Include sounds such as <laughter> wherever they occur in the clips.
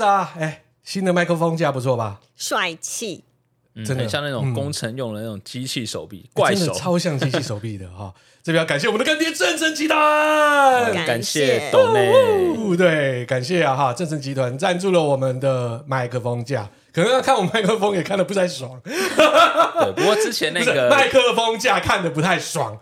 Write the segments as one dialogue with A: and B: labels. A: 啦，哎，新的麦克风架不错吧？
B: 帅气，
C: 嗯
A: 真的
C: 很像那种
A: 嗯
C: 工程用的那种机器手臂，
A: 哎
C: 怪
A: 真的
C: 手。
A: 超像机器手臂的哈、 <laughs> 这边要感谢我们的干爹正成集团。
B: 感
C: 感
B: 谢
C: 谢抖内，
A: 哦对，感谢啊哈！正成集团赞助了我们的麦克风架，可能看我麦克风也看的不太爽，
C: 对，不过之前那
A: <laughs> 不是麦
C: 个
A: 克风架看的不太爽，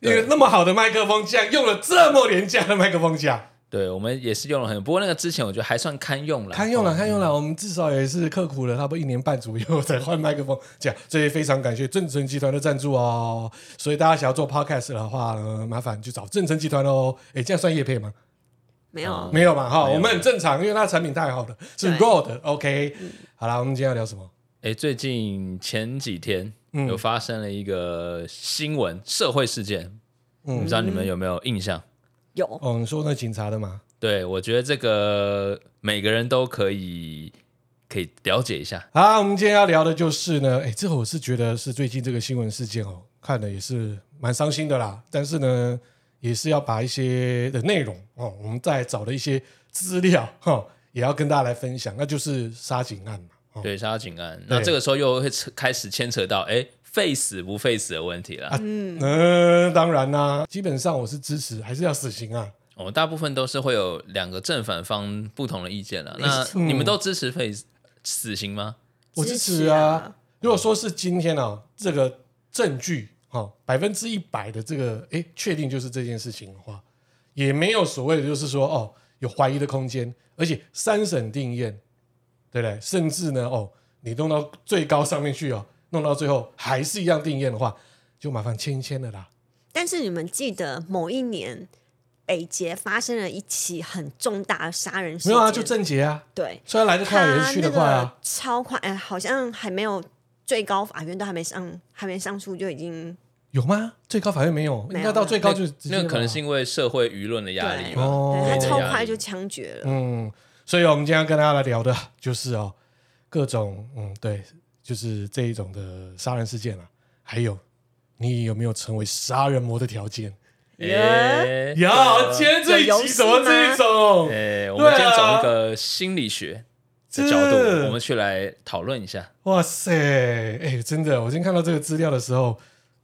A: 因
C: 对
A: 为那么好的麦克风架用了这么廉价的麦克风架，
C: 对我们也是用了很，不过那个之前我觉得还算堪用了，
A: 堪用了，堪用了。我们至少也是刻苦了差不多一年半左右才换麦克风架，所以非常感谢正成集团的赞助哦。所以大家想要做 podcast 的话呢，麻烦去找正成集团哦。诶，这样算业配吗？
B: 没有
C: 哦
A: 没有嘛哈，
C: 没有
A: 我们很正常，因为它产品太好了，是
B: 对
A: raw 的。OK，好啦，我们今天要聊什么？
C: 哎，最近前几天
A: 嗯
C: 有发生了一个新闻，社会事件，
A: 嗯
C: 不知道你们有没有印象？
B: 有
A: 哦，你说那警察的嘛？
C: 对，我觉得这个每个人都可以可以了解一下。
A: 好，我们今天要聊的就是呢，哎，这个我是觉得是最近这个新闻事件哦，看的也是蛮伤心的啦。但是呢，也是要把一些的内容哦，我们再找的一些资料哈、哦，也要跟大家来分享，那就是杀警案嘛。哦、
C: 对，杀警案，那
A: 对
C: 这个时候又会扯开始牵扯到哎，废死不废死的问题了。
A: 嗯、当然啦、基本上我是支持，还是要死刑啊。
C: 我、哦大部分都是会有两个正反方不同的意见了。那
A: 错
C: 你们都支持废死刑吗？
A: 我支
B: 支
A: 持
B: 持
A: 啊
B: 啊。
A: 如果说是今天啊，这个证据哈百分之一百的这个诶确定就是这件事情的话，也没有所谓的就是说哦有怀疑的空间，而且三审定验，对不对？甚至呢哦你弄到最高上面去哦，弄到最后还是一样定验的话，就麻烦签一签了啦。
B: 但是你们记得某一年北捷发生了一起很重大的杀人事
A: 没
B: 件，
A: 有啊，就郑捷啊，
B: 对，
A: 虽然来得快，也
B: 他
A: 是去
B: 那
A: 得快啊
B: 个。超快，哎，好像还没有最高法院都还没上，还没上诉就已经
A: 有吗？最高法院没有，
B: 没
A: 应
B: 有啊
A: 该到最高就直接
C: 那可能
A: 了
C: 是因为社会舆论的压力
B: 对
C: 嘛。
A: 哦
B: 对他超
C: 压
B: 快
C: 力
B: 就枪决了。
A: 嗯，所以我们今天要跟大家来聊的就是哦，各种嗯，对，就是这一种的杀人事件啊，还有你有没有成为杀人魔的条件？
C: 哎
A: 啊呀，今天这一集怎么这一种？
C: 哎，我
A: 对
C: 们
A: 啊
C: 今天从一个心理学的角
A: 是
C: 度，我们去来讨论一下。
A: 哇塞，哎，真的，我今天看到这个资料的时候，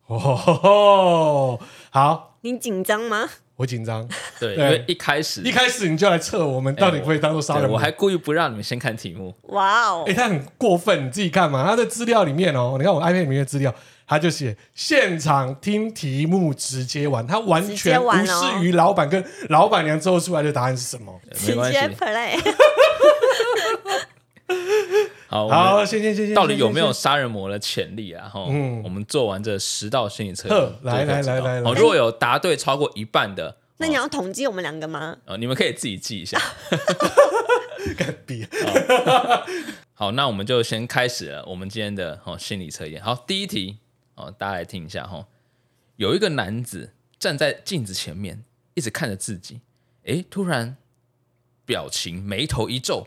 A: 哦，吼吼好，
B: 你紧张吗？
A: 我紧 <laughs> 张，
C: 对，因
A: 对
C: 为一开始
A: 一开始你就来测哎我们到底会当做杀
C: 对
A: 人
C: 我
A: 魔。
C: 还故意不让你们先看题目。
B: 哇哦
A: 哎、，他很过分，你自己看嘛。他在资料里面哦，你看我 iPad 里面的资料，他就写现场听题目直接玩，他完
B: 直接
A: 全无
B: 玩
A: 视
B: 哦
A: 于老板跟老板娘最后出来的答案是什么。
B: 直
C: 没关系
B: 接 play。 <laughs>
C: 好，哦我们
A: 好，先先先先，
C: 到底
A: 先
C: 有没有
A: 先
C: 杀人魔的潜力啊？哈，
A: 嗯
C: 我们做完这十道心理测验
A: 呵，来
C: 就可以知道
A: 来来来
C: 哦
A: 来
C: 如果有答对超过一半的，
B: 那你要统计我们两个吗？
C: 哦，你们可以自己记一下。
A: 敢比？
C: 好，那我们就先开始了我们今天的哦心理测验。好，第一题哦，大家来听一下哈、哦。有一个男子站在镜子前面，一直看着自己，诶，突然表情眉头一皱，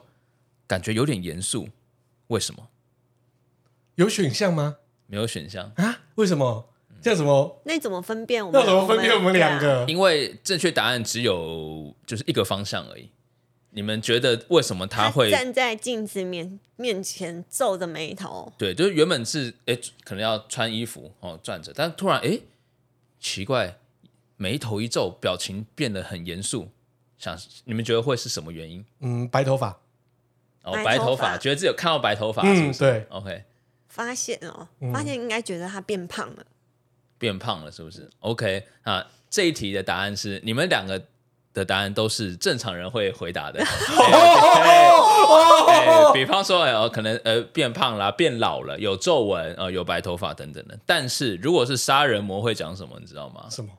C: 感觉有点严肃，为什么？
A: 有选项吗？
C: 没有选项，
A: 啊？为什么？这样怎么？
B: 那你怎么分辨我们？
A: 那怎么分辨我们两？
B: 对啊
A: 个？
C: 因为正确答案只有就是一个方向而已。你们觉得为什么他
B: 他
C: 会
B: 站在镜子面面前皱着眉头，
C: 对？就是原本是诶，可能要穿衣服哦站着，但突然诶，奇怪，眉头一皱，表情变得很严肃。想你们觉得会是什么原因？
A: 嗯，白头发。
C: 哦，
B: 白
C: 白
B: 头
C: 头
B: 发
C: 发，觉得自己有看到白头发，是
A: 嗯，
C: 不是、
A: 对，
C: o k
B: 发现哦，
A: 嗯
B: 发现应该觉得他变胖了。
C: 变胖了是不是？OK 啊，这一题的答案是你们两个的答案都是正常人会
B: <laughs>
C: 回答的。
A: 哦
B: 哦
C: 哎比方说，哎、哦，可能呃变胖啦、变老了、有皱纹、呃有白头发等等的。但是如果是杀人魔会讲什么，你知道吗？
A: 什么？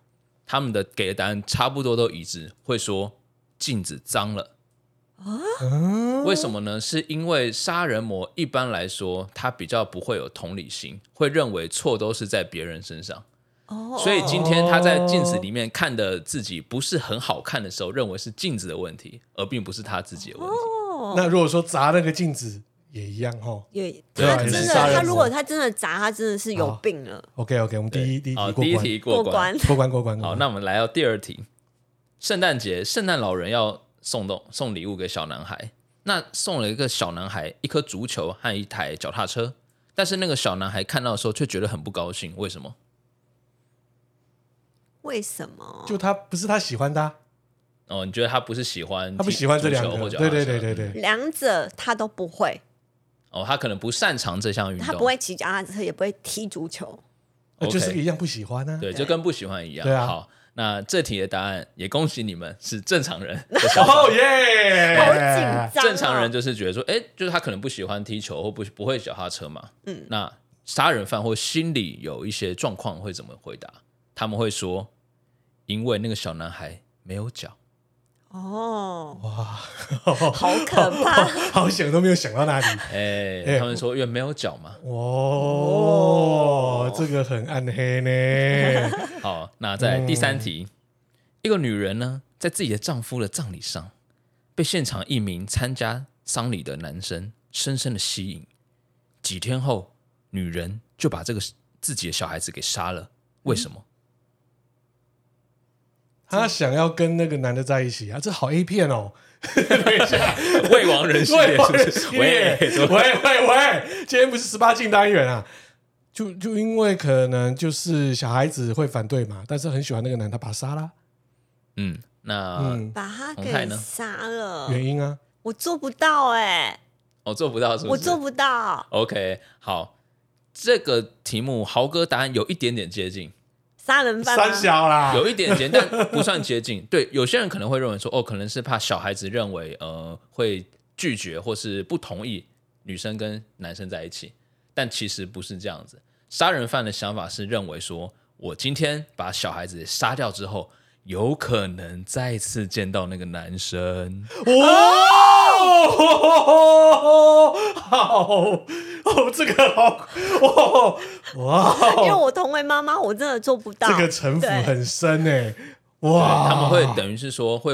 C: 他们的给的答案差不多都一致，会说镜子脏了。
A: 嗯，
C: 为什么呢？是因为杀人魔一般来说他比较不会有同理心，会认为错都是在别人身上。
B: 哦，
C: 所以今天他在镜子里面看的自己不是很好看的时候，认为是镜子的问题，而并不是他自己的问题。
B: 哦，
A: 那如果说砸那个镜子也一样哦。
B: 也
C: 对
B: 他
C: 可能
B: 真
C: 是
B: 的，
C: 杀人
B: 他
A: 魔
B: 如果他真的砸，他真的是有
A: 好
B: 病了，
A: OK OK，我们第一第一
C: 好，
A: 题
C: 哦第一
A: 过关，
C: 题
A: 过
B: 过
C: 过关。。
A: 关过关。过
C: 好，
A: 关
C: 那我们来到第二题。圣诞节，圣诞老人要送东送礼物给小男孩，那送了一个小男孩一颗足球和一台脚踏车，但是那个小男孩看到的时候却觉得很不高兴，为什么？
B: 为什么？
A: 就他不是他喜欢的啊、
C: 哦，你觉得他不是喜欢
A: 他不喜欢这两
C: 踢足
A: 个，
C: 球或脚
A: 对
C: 踏车
A: 对对对对，
B: 两者他都不会，
C: 哦，他可能不擅长这项运动，
B: 他不会骑脚踏车，也不会踢足球。
A: 那
C: OK
A: 呃就是一样不喜欢啊。
C: 对，就跟不喜欢一样。
A: 对啊
C: 好，那这题的答案也恭喜你们是正常人
A: <laughs>
C: 的想法。
A: 哦耶，
B: 好紧张、哦，
C: 哎正常人就是觉得说，哎、就是他可能不喜欢踢球或不不会脚踏车嘛。嗯，那杀人犯或心理有一些状况会怎么回答？他们会说，因为那个小男孩没有脚。
B: 哦，
C: <laughs>
A: 好
B: 好可怕。
A: 好想都没有想到那里。
C: 哎、
A: 哎
C: 他们说因为没有脚嘛。
A: 哦，这个很暗黑 <laughs> 呢。
C: 好，那在第三题，一个女人呢，在自己的丈夫的葬礼上，被现场一名参加丧礼的男生深深的吸引。几天后，女人就把这个自己的小孩子给杀了。为什么？
A: 她想要跟那个男的在一起啊，这好 A 片哦。
C: <laughs> 未亡人系
A: 喂
C: 列是不是？
A: 喂
C: 喂，
A: 喂喂喂，今天不是十八禁单元啊。就就因为可能就是小孩子会反对嘛，但是很喜欢那个男的，把他杀啦。
C: 嗯，那、
A: 嗯，
B: 把他
C: 红太
B: 给
C: 呢
B: 杀了，
A: 原因啊，
B: 我做不到哎、
C: 我做不到，是不是？
B: 我做不到，
C: OK，好，这个题目豪哥答案有一点点接近。
B: 杀人犯啊吗
A: 三小啦，
C: 有一点 <laughs> 接近，但不算接近。对，有些人可能会认为说，哦，可能是怕小孩子认为，呃，会拒绝或是不同意女生跟男生在一起，但其实不是这样子。杀人犯的想法是认为说，我今天把小孩子杀掉之后，有可能再次见到那个男生。
A: 哦，好哦，这个好哦，哇，
B: 因为我同为妈妈，我真的做不到。
A: 这个城府
B: 对
A: 很深
B: 欸
A: 哎，
C: 对
A: 哇，
C: 他们会等于是说会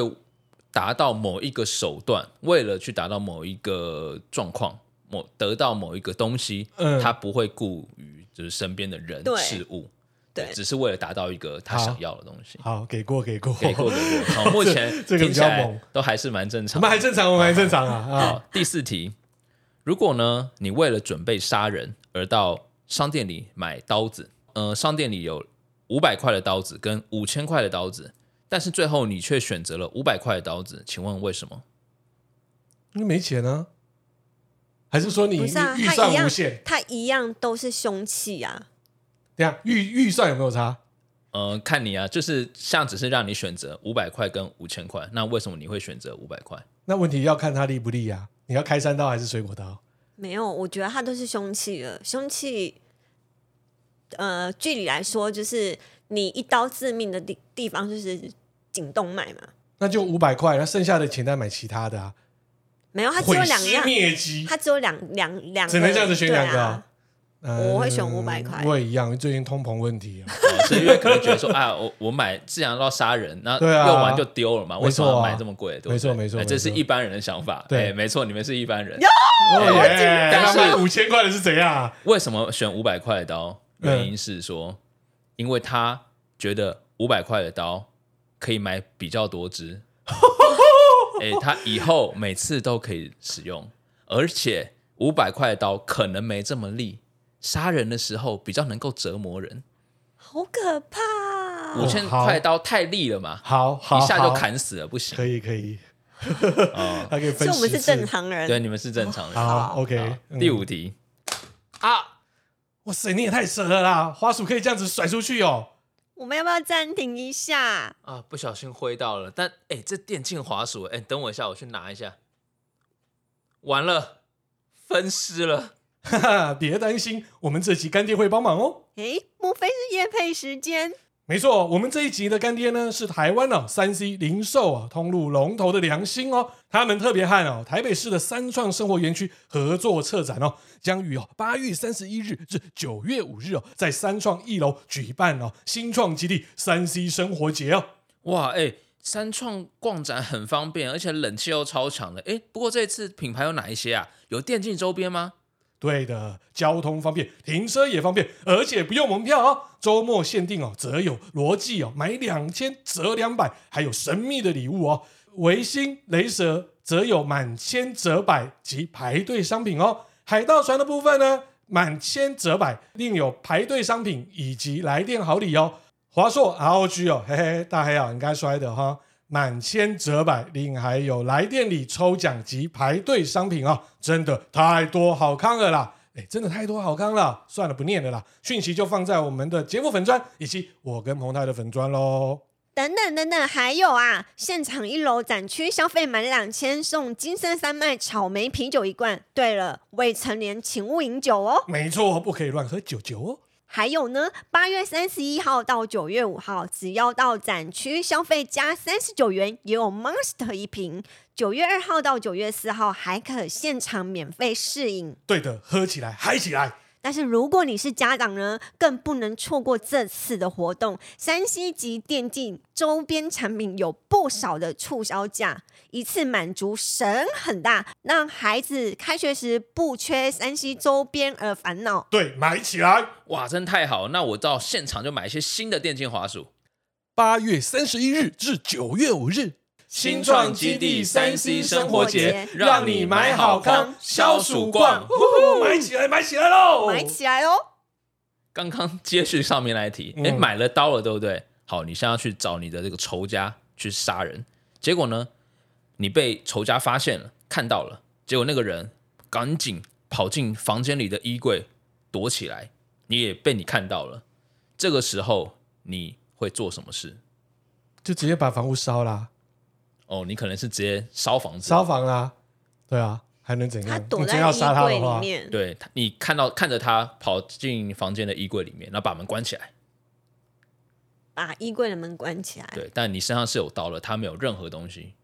C: 达到某一个手段，为了去达到某一个状况，某得到某一个东西，
A: 嗯
C: 他不会顾于就是身边的人
B: 对
C: 事物，
B: 对
C: 只是为了达到一个他想要的东西。
A: 好给过给过，
C: 给过给过，好，目前
A: <laughs> 这个
C: 听
A: 比
C: 起
A: 较
C: 来
A: 猛
C: 都还是蛮正常
A: 我
C: 的
A: 们。还正常，我们还正常啊啊，
B: <laughs>
C: 好，第四题，如果呢，你为了准备杀人而到商店里买刀子，呃，商店里有五百块的刀子跟五千块的刀子，但是最后你却选择了五百块的刀子，请问为什么？
A: 因为没钱啊，还是说你
B: 不是啊，
A: 预预
B: 他一
A: 算
B: 样
A: 无限？，
B: 他一样都是凶器啊。
A: 等一下预预算有没有差？
C: 呃，看你啊，就是像只是让你选择五百块跟五千块，那为什么你会选择五百块？
A: 那问题要看他利不利啊，你要开山刀还是水果刀？
B: 没有，我觉得他都是凶器了。凶器，呃，距离来说，就是你一刀致命的地地方就是颈动脉嘛。
A: 那就五百块，那剩下的钱再买其他的啊，
B: 没有，他只
A: 毁
B: 有两
A: 尸
B: 样，
A: 灭迹。
B: 他只有两两两个，
A: 只能这样子选两个
B: 对
A: 啊
B: 啊。我会选500块
A: 嗯我也一样，最近通膨问题啊，
C: 呃、是因为可能觉得
A: <laughs>
C: 说，啊，我我买既然要杀人，那
A: 对啊
C: 用完就丢了嘛，为什么要
A: 没错啊
C: 买这么贵？对不对
A: 没错没错
C: 哎这是
A: 没错
C: 一般人的想法。
A: 对
C: 哎没错，你们是一般人。
A: 哦耶
C: 但
A: 那
C: 是
A: 卖五千块的是怎样啊？
C: 为什么选五百块的刀？
A: 嗯
C: 原因是说，因为他觉得五百块的刀可以买比较
A: <laughs>
C: 多支，哎、他以后每次都可以使用，而且五百块的刀可能没这么利，杀人的时候比较能够折磨人。
B: 好可怕、啊！
C: 五千
A: 好
C: 块的刀太利了嘛，
A: 好哦好，
C: 一下就
A: 好，
C: 砍死了，不行
A: 可以可以，
C: 啊、
A: 还可以
B: 所
A: 分
B: 以我们
A: 十
B: 是
A: 次
B: 正常人，
C: 对，你们是正常人。
A: 好
C: 好
A: ，OK，嗯
C: 第五题啊，
A: 哇塞，你也太扯了啦！花束可以这样子甩出去哦。
B: 我们要不要暂停一下？
C: 啊，不小心挥到了，但哎、这电竞滑鼠，哎、等我一下，我去拿一下。完了，分尸了。
A: 哈哈，别担心，我们这集干爹会帮忙哦。
B: 诶，莫非是夜配时间？
A: 没错，我们这一集的干爹呢是台湾哦三 C 零售啊通路龙头的良心哦，他们特别和哦台北市的三创生活园区合作策展哦，将于哦八月三十一日至九月五日哦在三创一楼举办哦新创基地三 C 生活节哦。
C: 哇，哎、三创逛展很方便，而且冷气又超强的。哎、不过这次品牌有哪一些啊？有电竞周边吗？
A: 对的，交通方便，停车也方便，而且不用门票哦。周末限定哦，则有罗技哦，买两千折两百，还有神秘的礼物哦。维新、雷蛇、则有满千折百及排队商品哦。海盗船的部分呢，满千折百，另有排队商品以及来电好礼哦。华硕 ROG 哦，嘿嘿，大黑啊，你该摔的哈、满千折百，另还有来店里抽奖及排队商品哦，真的太多好康了啦！哎，真的太多好康了，算了，不念了啦。讯息就放在我们的节目粉砖以及我跟彭泰的粉砖喽。
B: 等等等等，还有啊，现场一楼展区消费满两千送金森山脉草莓啤酒一罐。对了，未成年请勿饮酒哦。
A: 没错，不可以乱喝酒酒哦。
B: 还有呢，八月三十一号到九月五号，只要到展区消费加三十九元，也有 Monster 一瓶。九月二号到九月四号还可现场免费试饮。
A: 对的，喝起来嗨起来。
B: 但是如果你是家长呢，更不能错过这次的活动。山西级电竞周边产品有不少的促销价，一次满足神很大，让孩子开学时不缺山西周边而烦恼。
A: 对，买起来。
C: 哇，真太好！那我到现场就买一些新的电竞滑鼠。
A: 八月三十一日至九月五日，
C: 新创基地三 C 生活节，让你买好康，消暑
A: 呼
C: 逛。
A: 呼买起来，买起来喽！
B: 买起来哦！
C: 刚刚接续上面那一题，
A: 嗯
C: 哎，买了刀了，对不对？好，你现在要去找你的这个仇家去杀人，结果呢，你被仇家发现了，看到了，结果那个人赶紧跑进房间里的衣柜躲起来，你也被你看到了。这个时候你会做什么事？
A: 就直接把房屋烧啦，
C: 哦，你可能是直接烧房子，
A: 烧房啦。对啊，还能怎样？
B: 他躲
A: 你
B: 在
A: 真要
B: 衣
A: 杀他
B: 柜
A: 的
B: 里
A: 话，
B: 面，
C: 对他你看到看着他跑进房间的衣柜里面，然后把门关起来。
B: 把衣柜的门关起来。
C: 对，但你身上是有刀了，他没有任何东西。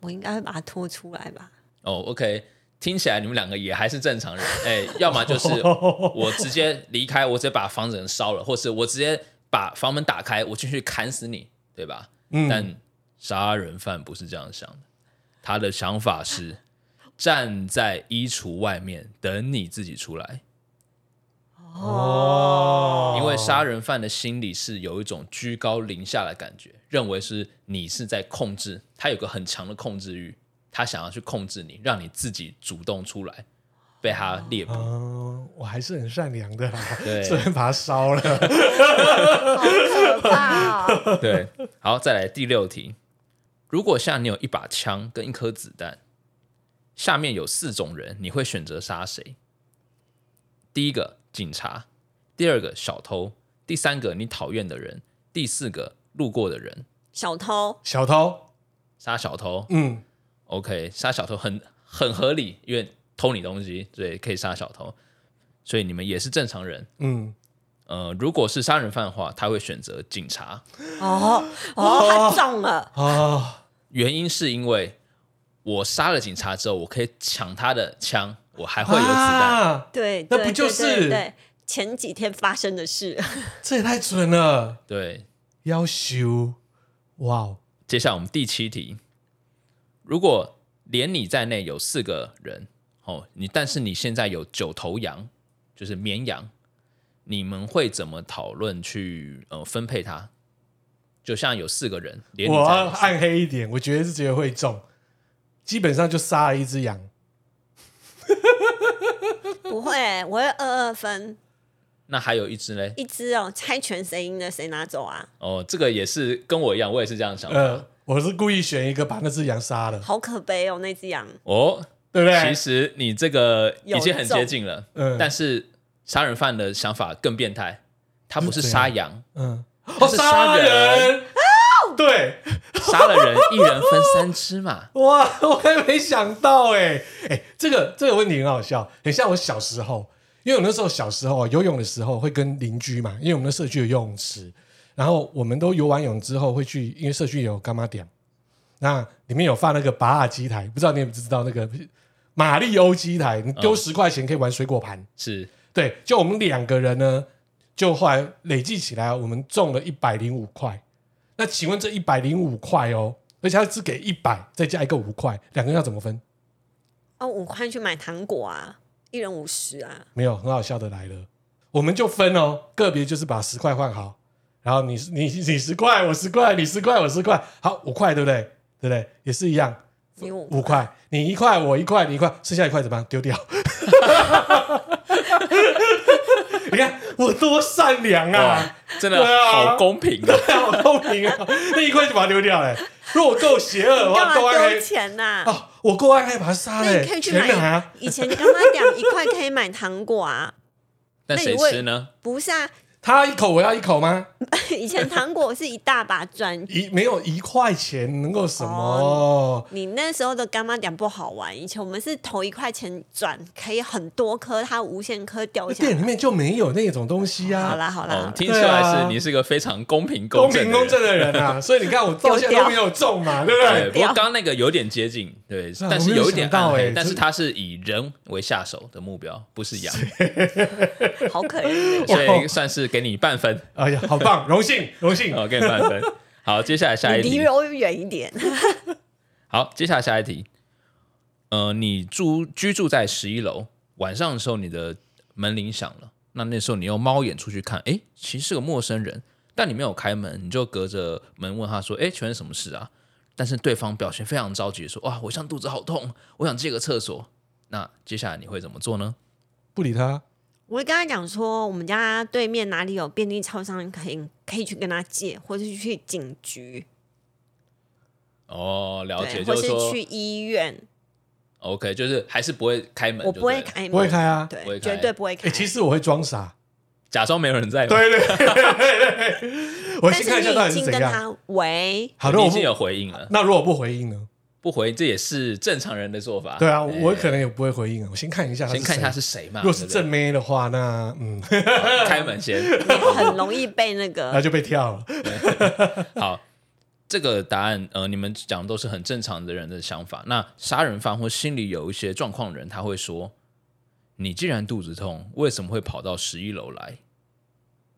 B: 我应该会把它拖出来吧？
C: 哦，OK，听起来你们两个也还是正常人。 <laughs> 哎，要么 <laughs> 就是
A: <laughs>
C: 我直接离开，我直接把房子给烧了，或是我直接把房门打开，我进去砍死你，对吧？
A: 嗯
C: 但杀人犯不是这样想的，他的想法是站在衣橱外面等你自己出来。
A: 哦
C: 因为杀人犯的心理是有一种居高临下的感觉，认为是你是在控制，他有个很强的控制欲，他想要去控制你，让你自己主动出来，被他猎捕。
A: 哦，我还是很善良的啦，啊
C: 对
A: <laughs> 虽然把它烧
C: <laughs>
A: 了。
B: 哦好可怕、哦！ <laughs>
C: 对， <laughs> 好，再来第六题。如果像你有一把枪跟一颗子弹，下面有四种人，你会选择杀谁？第一个警察，第二个小偷，第三个你讨厌的人，第四个路过的人。
B: 小偷，
A: 小偷，
C: 杀小偷，
A: 嗯，
C: OK，杀小偷很很合理，因为偷你东西，所以可以杀小偷，所以你们也是正常人。
A: 嗯，
C: 呃，如果是杀人犯的话，他会选择警察，
B: 哦哦，他中了，
A: 啊，
C: 原因是因为我杀了警察之后，我可以抢他的枪，我还会有子弹。
A: 啊，
B: 对，
A: 那
B: 对
A: 不就
B: 对
A: 是
B: 对对前几天发生的事？ <laughs>
A: 这也太准了，
C: 对，
A: 要修，哇哦，
C: 接下来我们第七题，如果连你在内有四个人，哦，你但是你现在有九头羊，就是绵羊，你们会怎么讨论去呃分配它？就像有四个人，连你
A: 我要
C: 在内
A: 暗黑一点，我觉得是觉得会中，基本上就杀了一只羊，
B: 不会，我会二二分，
C: 那还有一只嘞？
B: 一只哦，猜拳谁赢了谁拿走啊，
C: 哦，这个也是跟我一样，我也是这样想的。
A: 呃，我是故意选一个把那只羊杀了，
B: 好可悲哦，那只羊。
C: 哦，
A: 对不对
C: 其？实你这个已经很
B: 有一种
C: 接近了，
A: 嗯
C: 但是杀人犯的想法更变态，他不是杀羊，
A: 嗯，
C: 他
A: 哦，
C: 是
A: 杀
C: 杀人
A: 人，
B: 哦
A: 对，
C: 杀了人一人分三只嘛。
A: <laughs> 哇，我还没想到哎、哎、这个这个问题很好笑，很像我小时候，因为我那时候小时候啊游泳的时候会跟邻居嘛，因为我们的社区有游泳池，然后我们都游完泳之后会去，因为社区有干妈点，那里面有放那个拔蜡机台，不知道你们知不知道那个马里欧机台，你丢十块钱可以玩水果盘，
C: 是
A: 对，就我们两个人呢，就后来累计起来，我们中了一百零五块。那请问这一百零五块哦，而且他只给一百，再加一个五块，两个人要怎么分？
B: 哦，五块去买糖果啊，一人五十啊，
A: 没有，很好笑的来了，我们就分哦，个别就是把十块换好，然后你你你十块，我十块，你十块，我十块，好五块，对不对？对不对？也是一样，
B: 你五
A: 五块，你一块，我一块，你一块，剩下一块怎么样？丢掉。你看我多善良
C: 哇
A: 啊！，
C: 真的
A: 对啊
C: 好公平
A: <laughs>
C: 啊！
A: 好透明啊！那一块就把它丢掉嘞、如果我够邪恶的
B: 干
A: 话，
B: 嘛
A: 够暗
B: 丢
A: 黑
B: 钱呐、
A: 哦，哎我够暗黑把它杀
B: 那
A: 了、
B: 你可以去
A: 全拿
B: 买。，以前你跟他讲一块可以买糖果啊，
C: 那
B: 那
C: 谁
B: 你为
C: 吃呢？
B: 不是啊， <laughs>
A: 他一口，我要一口吗？
B: 以前糖果是一大把砖。
A: 一没有一块钱能够什么？
B: 你那时候的干妈点不好玩，以前我们是投一块钱转，可以很多颗，它无限颗掉
A: 那
B: 下
A: 哎店
B: 来。
A: 里面就没有那种东西啊。
B: 好啦好啦，好
C: 哦
B: 啦，
C: 听出来
A: 对
C: 是
A: 啊
C: 你是个非常公平
A: 公
C: 正
A: 平
C: 的
A: 公
C: 人
A: 正的人啊，所以你看我到现在都没有中嘛，对不
C: 对，
A: 对？
B: 哎
C: 不过刚刚那个有点接近，对，
A: 啊
C: 但是有一点暗
A: 我没有想到
C: 黑
A: 欸，
C: 但是
A: 这
C: 它是以人为下手的目标，不是羊，
B: 好可怜的。
C: 所以算是给你半分，
A: 哎呀，好棒，荣幸荣幸。
C: 哦，给你半
A: <laughs>
C: 分。好，接下来下一
B: 你离
C: 题，
B: 我远一点，
C: 好，接下来下一题，呃，你住居住在十一楼，晚上的时候你的门铃响了，那那时候你用猫眼出去看，诶，其实是个陌生人，但你没有开门，你就隔着门问他说，诶，请问什么事啊？但是对方表现非常着急，说，哇，我像肚子好痛，我想借个厕所。那接下来你会怎么做呢？
A: 不理他，
B: <laughs>
A: 啊
B: 我会跟他讲说，我们家对面哪里有便利超商，可以可以去跟他借，或是去警局，
C: 哦，了解，
B: 对，
C: 就
B: 或
C: 是
B: 是
C: 说
B: 去医院，
C: ，OK，就是还是不会开门，
B: 我不会，开门，
A: 不会开啊。
C: 不会
B: 对，绝
C: 开
B: 对不会
A: 哎，
B: 开。
A: 其实我会装傻，
C: 假装没有人在嘛。
A: 对对对对对，我会
B: 但
A: 先
B: 是
A: 看一下到底
B: 你
A: 是
B: 已
A: 怎
B: 经跟
A: 样。
B: 他喂，
A: 好，那
C: 你
A: 我
C: 已
A: 不
C: 经有回应了，
A: 那如果不回应呢？
C: 不回应这也是正常人的做法。
A: 对啊，
C: 哎
A: 我可能也不会回应啊。我先看一下，
C: 先看一下。是谁嘛。
A: 如果是
C: 对
A: 正妹的话，那嗯，
C: 不对好开门先。 <laughs>
B: 很容易被那
A: 那 <laughs>
B: 个。
C: 啊
A: 啊就被跳了。
C: 好，这个答案呃，你们讲的都是很正常的人的想法。那杀人犯或心里有一些状况的人，他会说：“你既然肚子痛，为什么会跑到十一楼来？”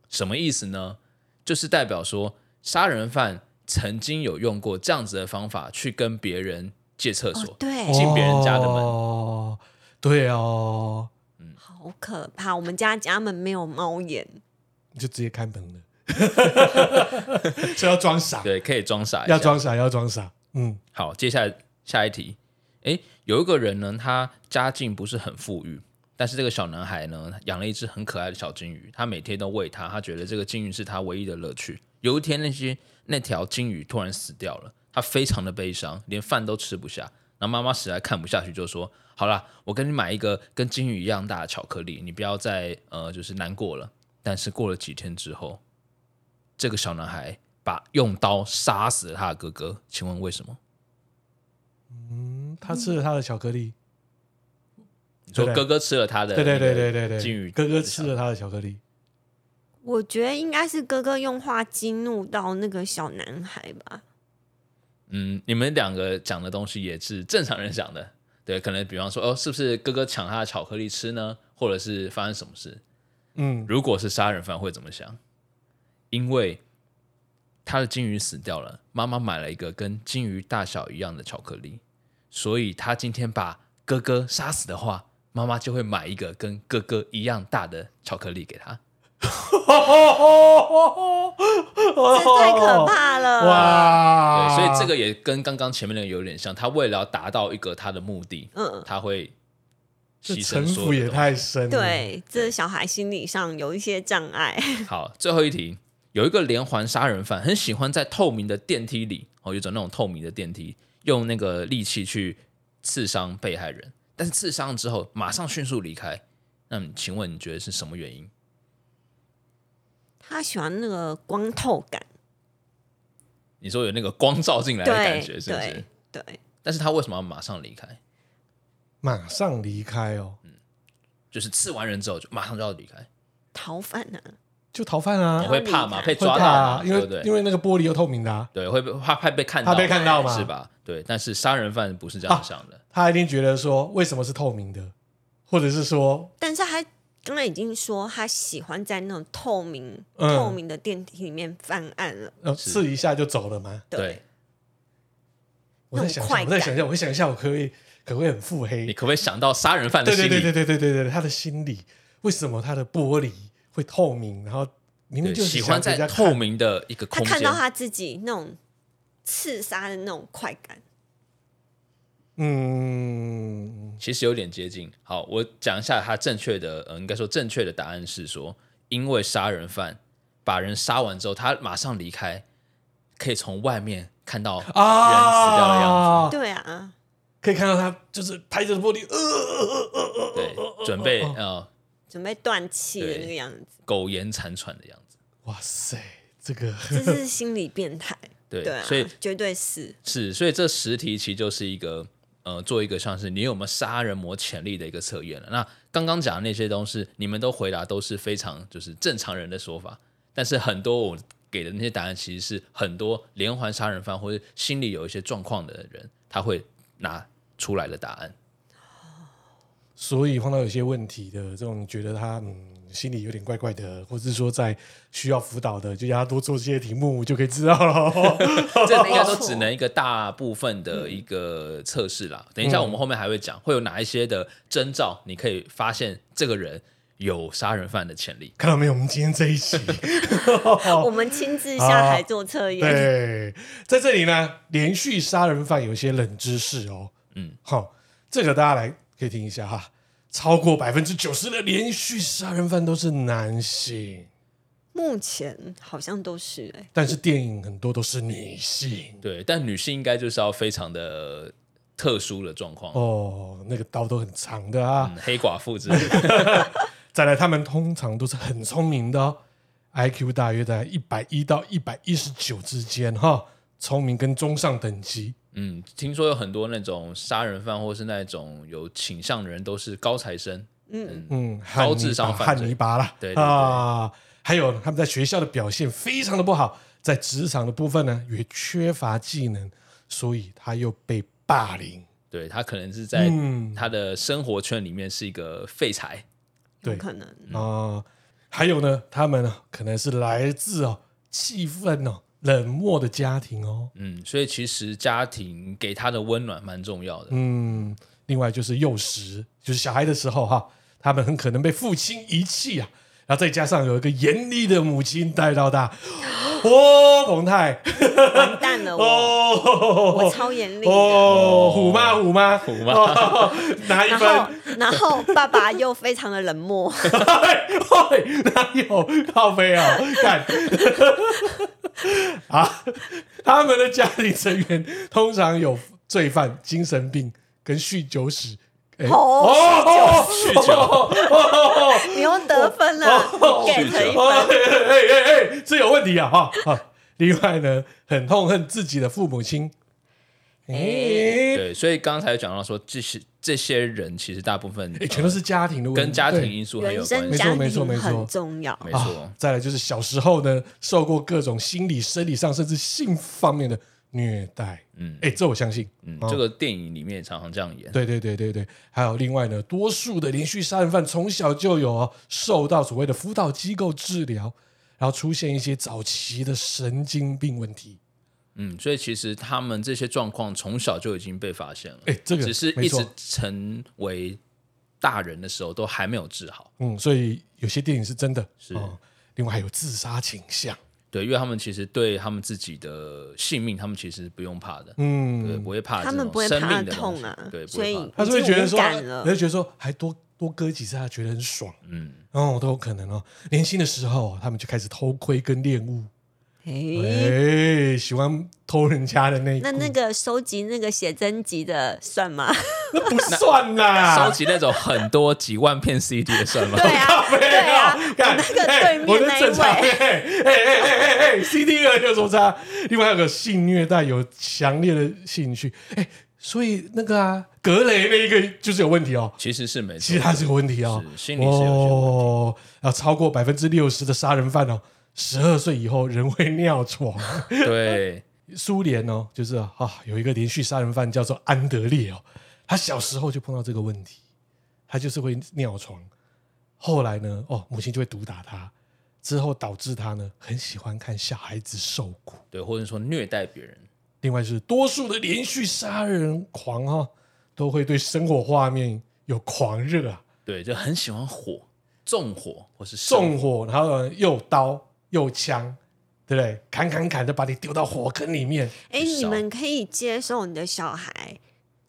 C: 什么意思呢？就是代表说，杀人犯曾经有用过这样子的方法去跟别人借厕所。
B: 哦，对，
C: 进别人家的门
A: 哦，对哦，
B: 好可怕！我们家家门没有猫眼，
A: 你就直接开
C: <laughs>
A: 门了，所以要装傻，
C: 对，可以装傻一下，
A: 要装傻，要装傻。嗯，
C: 好，接下来下一题，诶，有一个人呢，他家境不是很富裕，但是这个小男孩呢，养了一只很可爱的小金鱼，他每天都喂它，他觉得这个金鱼是他唯一的乐趣。有一天，那些那条金鱼突然死掉了，他非常的悲伤，连饭都吃不下。然后妈妈实在看不下去，就说：“好啦，我给你买一个跟金鱼一样大的巧克力，你不要再呃，就是难过了。”但是过了几天之后，这个小男孩把用刀杀死了他的哥哥，请问为什么？
A: 嗯他吃了他的巧克力，
C: 你说
A: 对
C: 哥哥吃了他的
A: 对对对对
C: 那
A: 对
C: 个
A: 对，
C: 金鱼
A: 哥哥吃了他的巧克力，
B: 我觉得应该是哥哥用话激怒到那个小男孩吧。
C: 嗯，你们两个讲的东西也是正常人讲的，对，可能比方说哦，是不是哥哥抢他的巧克力吃呢？或者是发生什么事？
A: 嗯，
C: 如果是杀人犯会怎么想？因为他的金鱼死掉了，妈妈买了一个跟金鱼大小一样的巧克力，所以他今天把哥哥杀死的话，妈妈就会买一个跟哥哥一样大的巧克力给他。
B: 这
A: 这
B: 太可怕了！
A: 哦哇！
C: 对，所以这个也跟刚刚前面那个有点像，他为了要达到一个他的目的，
B: 嗯，
C: 他会
A: 这
C: 牺牲
A: 城
C: 所
A: 府
C: 有
A: 也
C: 的东
A: 太深了，，
B: 对，这小孩心理上有一些障 <laughs> 碍。
C: 西。好，最后一题，有一个连环杀人犯很喜欢在透明的电梯里，哦，有种那种透明的电梯，用那个利器去刺伤被害人，但是刺伤之后马上迅速离开。那么请问你觉得是什么原因？
B: 他喜欢那个光透感，
C: 你说有那个光照进来的感
B: 对
C: 觉，是不是
B: 对？对，
C: 但是他为什么要马上离开？
A: 马上离开哦，
C: 嗯就是刺完人之后就马上就要离开，
B: 逃犯呢？
A: 就逃犯啊
C: 我，会怕嘛？
B: 要离
A: 会
B: 开
C: 被抓
A: 怕
C: 到嘛？
A: 啊，因
C: 对不对
A: 为？因为那个玻璃又透明的啊，
C: 对，会被怕怕被看到
A: 怕
C: 嘛，
A: 被看到嘛啊
C: 是吧？对，但是杀人犯不是这样想的，
A: 他一定觉得说为什么是透明的，或者是说
B: 但是他刚才已经说他喜欢在那种透明、
A: 嗯
B: 透明的电梯里面犯案了。
A: 呃
C: 是
A: 刺一下就走了嘛？
B: 对，
A: 我再想一
B: 那种
A: 下，我
B: 快感
A: 再想一下，我想一下，我可不可以可不可以很腹黑
C: 你？可不可以想到杀人犯的
A: 对
C: 心
A: 对
C: 理？
A: 对对对对对对，他的心理为什么他的玻璃会透明？然后明明
C: 对
A: 就是
C: 喜
A: 想
C: 欢
A: 人家
C: 在
A: 看
C: 透明的一个
B: 他
C: 空
B: 看
C: 间
B: 到，他自己那种刺杀的那种快感，
A: 嗯，
C: 其实有点接近。好，我讲一下他正确的，呃，应该说正确的答案是说，因为杀人犯把人杀完之后，他马上离开，可以从外面看到人死掉的样
A: 啊，
B: 对啊，
A: 可以看到他就是拍着玻璃，呃呃呃呃
C: 子，对，准备
A: 哦
C: 呃
B: 准备断气的
C: 对
B: 那个样子，
C: 苟延残喘的样子，
A: 哇塞，这个
B: 这是心理变态。
C: <laughs> 对，
B: 对啊，
C: 所以
B: 绝对是
C: 是，所以这十题其实就是一个呃，做一个像是你有没有杀人魔潜力的一个测验了。那刚刚讲的那些东西，你们都回答都是非常就是正常人的说法，但是很多我给的那些答案其实是很多连环杀人犯或者心理有一些状况的人，他会拿出来的答案。
A: 所以碰到有些问题的这种，你觉得他嗯心里有点怪怪的，或者是说在需要辅导的，就让他多做这些题目就可以知道了。 <laughs>
C: 这应该都只能一个大部分的一个测试啦。等一下，我们后面还会讲会有哪一些的征兆，你可以发现这个人有杀人犯的潜力。
A: 看到没有？我们今天这一 <laughs> 集，
C: 哦
B: 我们亲自下海做测验，
A: 对，在这里呢，连续杀人犯有一些冷知识哦。
C: 嗯
A: 嗯，好，这个大家来可以听一下哈。超过百分之九十的连续杀人犯都是男性，
B: 目前好像都是哎、
A: 但是电影很多都是女性。
C: 对，但女性应该就是要非常的特殊的状况，
A: 哦，那个刀都很长的啊。
C: 嗯，黑寡妇之类的。
A: 再来，他们通常都是很聪明的、哦、，IQ 大约在一百一到一百一十九之间哈，聪明跟中上等级。
C: 嗯，听说有很多那种杀人犯或是那种有倾向的人都是高材生，嗯，
A: 嗯，
C: 高智商犯
A: 汉
C: 罪
A: 尼拔啦，
C: 对对对
A: 啊，还有他们在学校的表现非常的不好，在职场的部分呢也缺乏技能，所以他又被霸凌。
C: 对他可能是在
A: 嗯
C: 他的生活圈里面是一个废材，
B: 有
A: 对
B: 可能
C: 嗯
A: 啊、还有呢，他们呢可能是来自哦气愤哦冷漠的家庭哦，
C: 嗯，所以其实家庭给他的温暖蛮重要的，
A: 嗯，另外就是幼时，就是小孩的时候哈，他们很可能被父亲遗弃啊，然后再加上有一个严厉的母亲带到大， <gasps> 哦，彭泰，
B: 完蛋了我，我
A: 哦，
B: 超严厉的。
A: 哦，虎妈虎妈虎
C: 妈
A: 拿一
B: 然
A: 分，
B: 后，然后爸爸又非常的冷
A: <laughs>
B: 漠，
A: 嘿哎哪有靠背啊？看 <laughs> 啊，他们的家庭成员通常有罪犯、精神病跟酗酒史。哎
B: 哦
A: 哦，
C: 酗酒，
B: 你又得分了，你给了一
A: 哦，哎
B: 分。
A: 哎哎哎，这有问题啊！哈、啊另外呢，很痛恨自己的父母亲。哎、
C: 对，所以刚才讲到说，这些这些人其实大部分、
A: 哎全都是家庭的问题，
C: 跟家庭
A: 对
C: 因素很有
B: 原
C: 关
B: 生
C: 系，
B: 家
A: 没错没错没
B: 庭很
A: 错
B: 重要，
C: 没错
A: 啊。。再来就是小时候呢，受过各种心理、生理上甚至性方面的虐待。
C: 嗯
A: 嗯，哎、这我相信。
C: 嗯，
A: 哦
C: 这个电影里面也常常这样演。
A: 对对对对对，还有另外呢，多数的连续杀人犯从小就有、哦、受到所谓的辅导机构治疗，然后出现一些早期的神经病问题。
C: 嗯，所以其实他们这些状况从小就已经被发现了，
A: 哎、这个
C: 只是
A: 没
C: 一
A: 错
C: 直成为大人的时候都还没有治好。
A: 嗯，所以有些电影是真的，
C: 是
A: 哦另外还有自杀倾向，
C: 对，因为他们其实对他们自己的性命，他们其实不用怕的，对，
A: 嗯，
C: 不会怕
B: 他
C: 这
B: 们
C: 种
B: 不会
C: 生
B: 怕
C: 命的东
B: 痛
C: 西
B: 啊
C: 对，，不
B: 所
C: 会
B: 以
C: 怕的。
A: 他是会觉得说，
B: 已经无感
A: 他
B: 了
A: 会觉得说还多多割几次，他觉得很爽，
C: 嗯，
A: 然后都有可能哦。年轻的时候，啊他们就开始偷窥跟恋物，哎、
B: 诶，
A: 喜欢偷人家的那一
B: 那那个收集那个写真集的算吗？
A: <laughs> 那不算
C: <laughs> 收
A: 啦。
C: 集那种很多几万片 CD 的算吗？ <laughs>
B: 对啊，对啊，我
A: 干
B: 那个
A: 哎
B: 对
A: 我
B: 面
A: 的
B: 那一
A: 正常，哎
B: 位，
A: 哎哎哎哎哎，CD 二有什么差？另外还有个性虐待有强烈的兴趣，哎，所以那个啊，格雷那一个就是有问题哦。
C: 其实是没错
A: 其实，它是有问题哦，
C: 是心理是有些问题
A: 哦，啊，超过百分之六十的杀人犯哦，十二岁以后人会尿床。 <laughs>
C: 对，
A: 苏联哦，就是啊，啊有一个连续杀人犯叫做安德烈哦，他小时候就碰到这个问题，他就是会尿床。后来呢，哦，母亲就会毒打他，之后导致他呢很喜欢看小孩子受苦。
C: 对，或者说虐待别人，
A: 另外是多数的连续杀人狂哈、哦，都会对生活画面有狂热啊，
C: 对，就很喜欢火、纵火或是生
A: 纵火，然后呢又刀又枪，对不对？砍砍砍的把你丢到火坑里面。
B: 哎，
C: 少
B: 你们可以接受你的小孩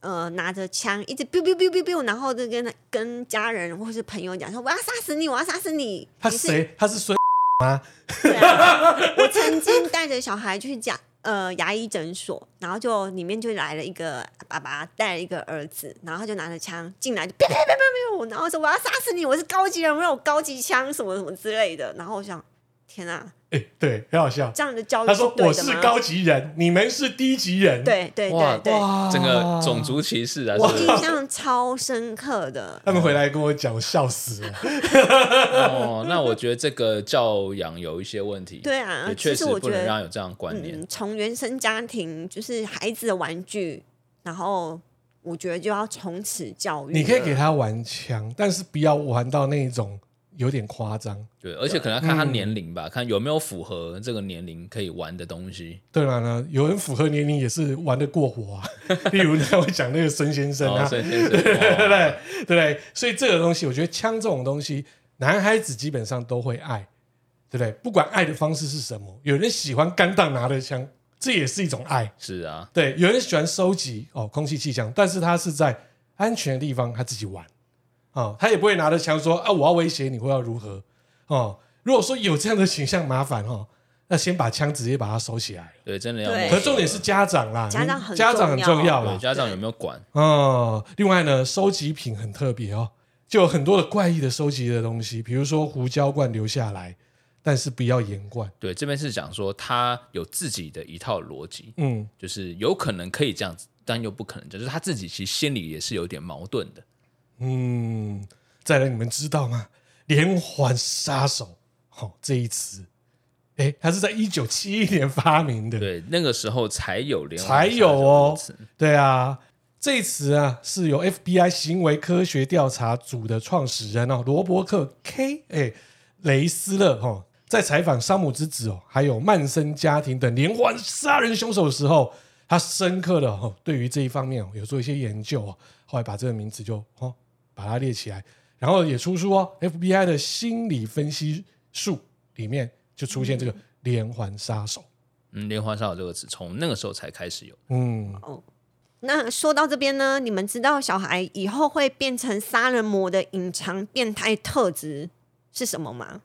B: 呃拿着枪一直 biu biu biu biu biu，然后就跟他跟家人或是朋友讲说我要杀死你，我要杀死你。
A: 他
B: 你是
A: 谁？他是孙吗？
B: 对啊，我曾经带着小孩去讲。呃，牙医诊所，然后就里面就来了一个爸爸，带了一个儿子，然后他就拿着枪进来，就啪啪啪啪啪，然后说我要杀死你，我是高级人，我有高级枪，什么什么之类的。然后我想，天啊，
A: 哎、对，很好笑。
B: 这样的教育
A: 他说
B: 对
A: 我
B: 的
A: 是
B: 吗
A: 高级人，你们是低级人。，
B: 对对
C: 哇
B: 对对，
A: 哇，
C: 整个种。族歧视
A: 啊
C: 啊，
A: 哇
C: 是
B: 印
C: 不是
B: 象超深刻的。
A: 他们回来跟我讲，我笑死
B: <laughs>
A: 了。
C: 哦，那我觉得这个教养有一些问题，
B: 对啊
C: 也
B: 其
C: 确
B: 实
C: 实
B: 我
C: 不
B: 觉
C: 能
B: 得
C: 让有这样的观念
B: 嗯，。从原生家庭就是孩子的玩具，然后我觉得就要从此教育了。
A: 你可以给他玩枪，但是不要玩到那一种有点夸张。
C: 对，而且可能要看
A: 嗯
C: 他年龄吧，看有没有符合这个年龄可以玩的东西。
A: 当然了，有人符合年龄也是玩得过火啊。 <laughs> 例如呢，我讲那个孙先生啊，
C: 哦，
A: 对
C: 孙先生，对
A: 不 <laughs> 对？对不对？所以这个东西，我觉得枪这种东西，男孩子基本上都会爱，对不对？不管爱的方式是什么，有人喜欢干荡拿着枪，这也是一种爱。
C: 是啊，
A: 对，有人喜欢收集哦，空气气枪，但是他是在安全的地方他自己玩啊、哦他也不会拿着枪说啊，我要威胁你或要如何哦。如果说有这样的形象，麻烦哦，那先把枪直接把它收起来。
C: 对，真的要
B: 对
C: 摸索。
A: 可重点是啊家长啦，
B: 家长很
A: 家长很重要
C: 对
A: 啦。
C: 家长有没有管？
A: 哦，另外呢，收集品很特别哦，就有很多的怪异的收集的东西，比如说胡椒罐留下来，但是不要盐罐。
C: 对，这边是讲说他有自己的一套逻辑，
A: 嗯，
C: 就是有可能可以这样子，但又不可能这样，就是他自己其实心里也是有点矛盾的。
A: 嗯，再来，你们知道吗？连环杀手，好、这一词，哎，它是在一九七一年发明的。
C: 对，那个时候才有连
A: 才有哦
C: 这个词
A: 对啊，这一词啊是由 FBI 行为科学调查组的创始人哦，罗伯克 K 哎雷斯勒哦，在采访山姆之子哦，还有曼森家庭等连环杀人凶手的时候，他深刻的哦对于这一方面哦有做一些研究哦，后来把这个名字就哦把它列起来，然后也出书哦，FBI 的心理分析术里面就出现这个连环杀手，
C: 嗯，连环杀手这个词从那个时候才开始有。
A: 嗯，
B: 那说到这边呢，你们知道小孩以后会变成杀人魔的隐藏变态特质是什么吗？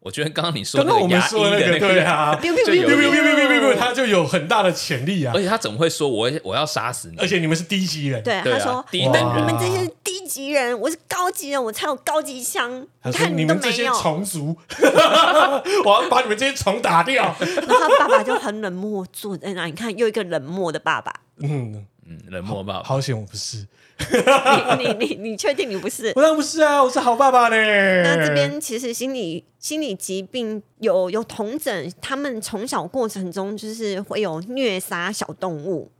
C: 我觉得刚刚你说
A: 刚刚
C: 那
A: 我
C: 个
A: 们
C: 牙医
A: 说的那
C: 的
A: 个对啊，
B: biu biu
C: 就有
B: biu
A: 没有没有没有
B: biu biu
A: 没有没有没有，
B: biu
A: 他就有很大的潜力啊
C: <laughs> 而！且他怎么会说我我要杀死你？
A: 而且你们是低级人，
B: 对，
C: 对
B: 他
C: 啊
B: 说：“
C: 低
B: 哇
A: 等人
B: 你们这些低级人，我是高级人，我才有高级枪。
A: 他说
B: 看
A: 你
B: 都
A: 们这
B: 没
A: 些
B: 有。”
A: 虫族，我要把你们这些虫打掉。
B: 然后他爸爸就很冷漠，坐在那里。你看，又一个冷漠的爸爸。
A: 嗯，
C: 嗯，冷漠吧。
A: 好险我不是，
B: <laughs> 你你你你确定你不是？
A: 我当然不是啊，我是好爸爸呢。
B: 那这边其实心理心理疾病有有同诊，他们从小过程中就是会有虐杀小动物。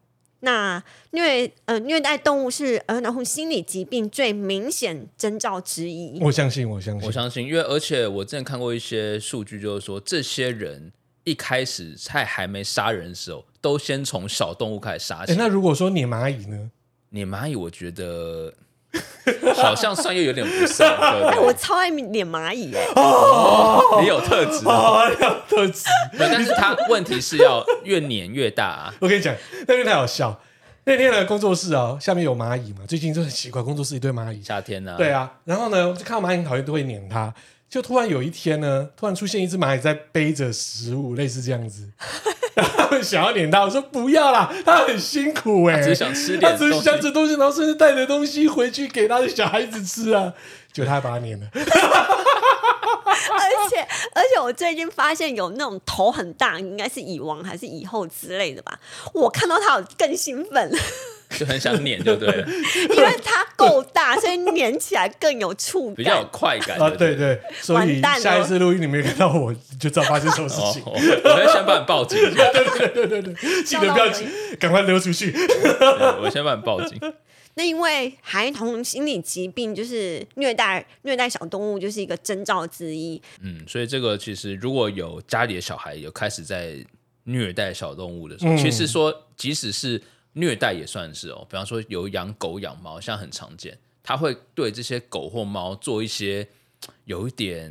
B: 那虐呃虐待动物是儿童心理疾病最明显征兆之一。
A: 我相信，我相
C: 我
A: 信，
C: 相信，因为而且我之前看过一些数据，就是说这些人一开始在还没杀人的时候，都先从小动物开始杀
A: 哎，
C: 起。
A: 那如果说你蚂蚁呢？
C: 你蚂蚁，我觉得好像算又有点
A: <laughs>
C: 不算，
B: 哎、
C: 对
B: 我
C: 不
B: 超爱脸蚂蚁哎、
C: 对？你有特质哦，
A: 哦，要特质。
C: 对但是它问题是要越碾越大啊。
A: 我跟你讲，那边太好笑。那天的工作室啊，下面有蚂蚁嘛，最近就很奇怪，工作室一堆蚂蚁。
C: 夏天呢、
A: 对，啊，然后呢，我就看到蚂蚁很讨厌，都会撵它。就突然有一天呢，突然出现一只蚂蚁在背着食物，类似这样
C: <laughs>
A: 子，然后他们想要撵它，我说不要啦，它很辛苦哎、
C: 只
A: 欸
C: 是，想吃
A: <laughs> 它
C: 点
A: 只是
C: 东
A: 想
C: 西。
A: 吃东西，然后甚至带着东西回去给他的小孩子吃啊，就他还把它撵了，
B: 而且而且我最近发现有那种头很大，应该是蚁王还是蚁后之类的吧。我看到它，我更兴奋了，
C: 就很想撵，就对
A: <laughs>
C: 了，
B: 因为它够大，所以粘起来更有触感。
C: 比较有快感。
A: 啊，
C: 不
A: 对对，所以
B: 完蛋了
A: 下一次录音你没看到我，你就知道发生什么事
C: 哦，
A: 情。
C: 我我 <laughs> 要先帮你报警，
A: 记得不要急，赶快溜出去。
C: 对嗯我先帮你报警。
B: 那因为孩童心理疾病就是虐待虐待小动物，就是一个征兆之一。
C: 嗯，所以这个其实如果有家里的小孩有开始在虐待小动物的时候，
A: 嗯
C: 其实说即使是虐待也算是哦，比方说有养狗养猫，像很常见，他会对这些狗或猫做一些有一点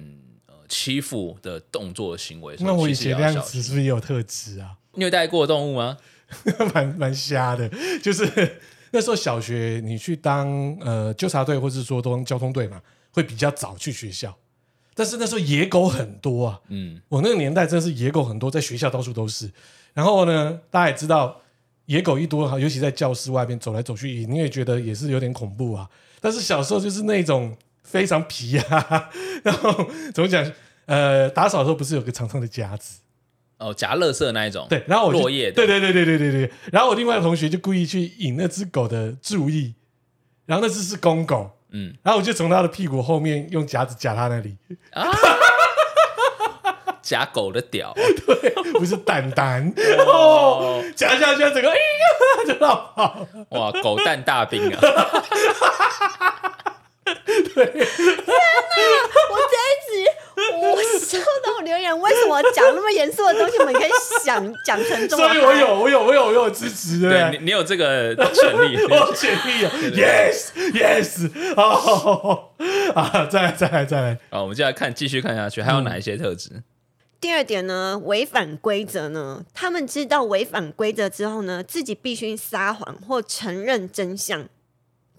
C: 呃欺负的动作行为的时候，
A: 那我以
C: 其实也
A: 前
C: 要
A: 那样
C: 小
A: 子
C: 心
A: 是不是也有特质啊？ <laughs>
C: 虐待过动物吗？
A: 蛮蛮瞎的，就是那时候小学你去当呃纠察队，或是说当交通队嘛，会比较早去学校。但是那时候野狗很多啊，
C: 嗯，
A: 我那个年代真是野狗很多，在学校到处都是。然后呢，大家也知道，野狗一多，尤其在教室外面走来走去，你也觉得也是有点恐怖啊。但是小时候就是那种非常皮啊， <laughs> 然后怎么讲？呃，打扫的时候不是有个长长的夹子？
C: 哦，夹乐色那一种，
A: 对，然后我就
C: 落叶的
A: 对对对对对对对。然后我另外的同学就故意去引那只狗的注意，然后那只是公狗，
C: 嗯
A: 然后我就从它的屁股后面用夹子夹它那里，
C: 啊， <laughs> 夹狗的屌，
A: 不是蛋蛋，
C: 哦，
A: 夹下去整个哎呀就绕跑。
C: 哇，狗蛋大兵啊，
B: 我这一集我收到留言，为什么讲那么严肃的东西，我们可以想讲成这么
A: 所
B: 嗨？
A: 以我有我有我有我有支持的，
C: 对你，你有这个 <laughs> 权利，
A: <laughs> 我有潜力啊，yes yes，好好好好啊，再来再来再来，
C: 好，我们就要看继续看下去，还有哪一些特质？
B: 第二点呢，违反规则呢，他们知道违反规则之后呢，自己必须撒谎或承认真相。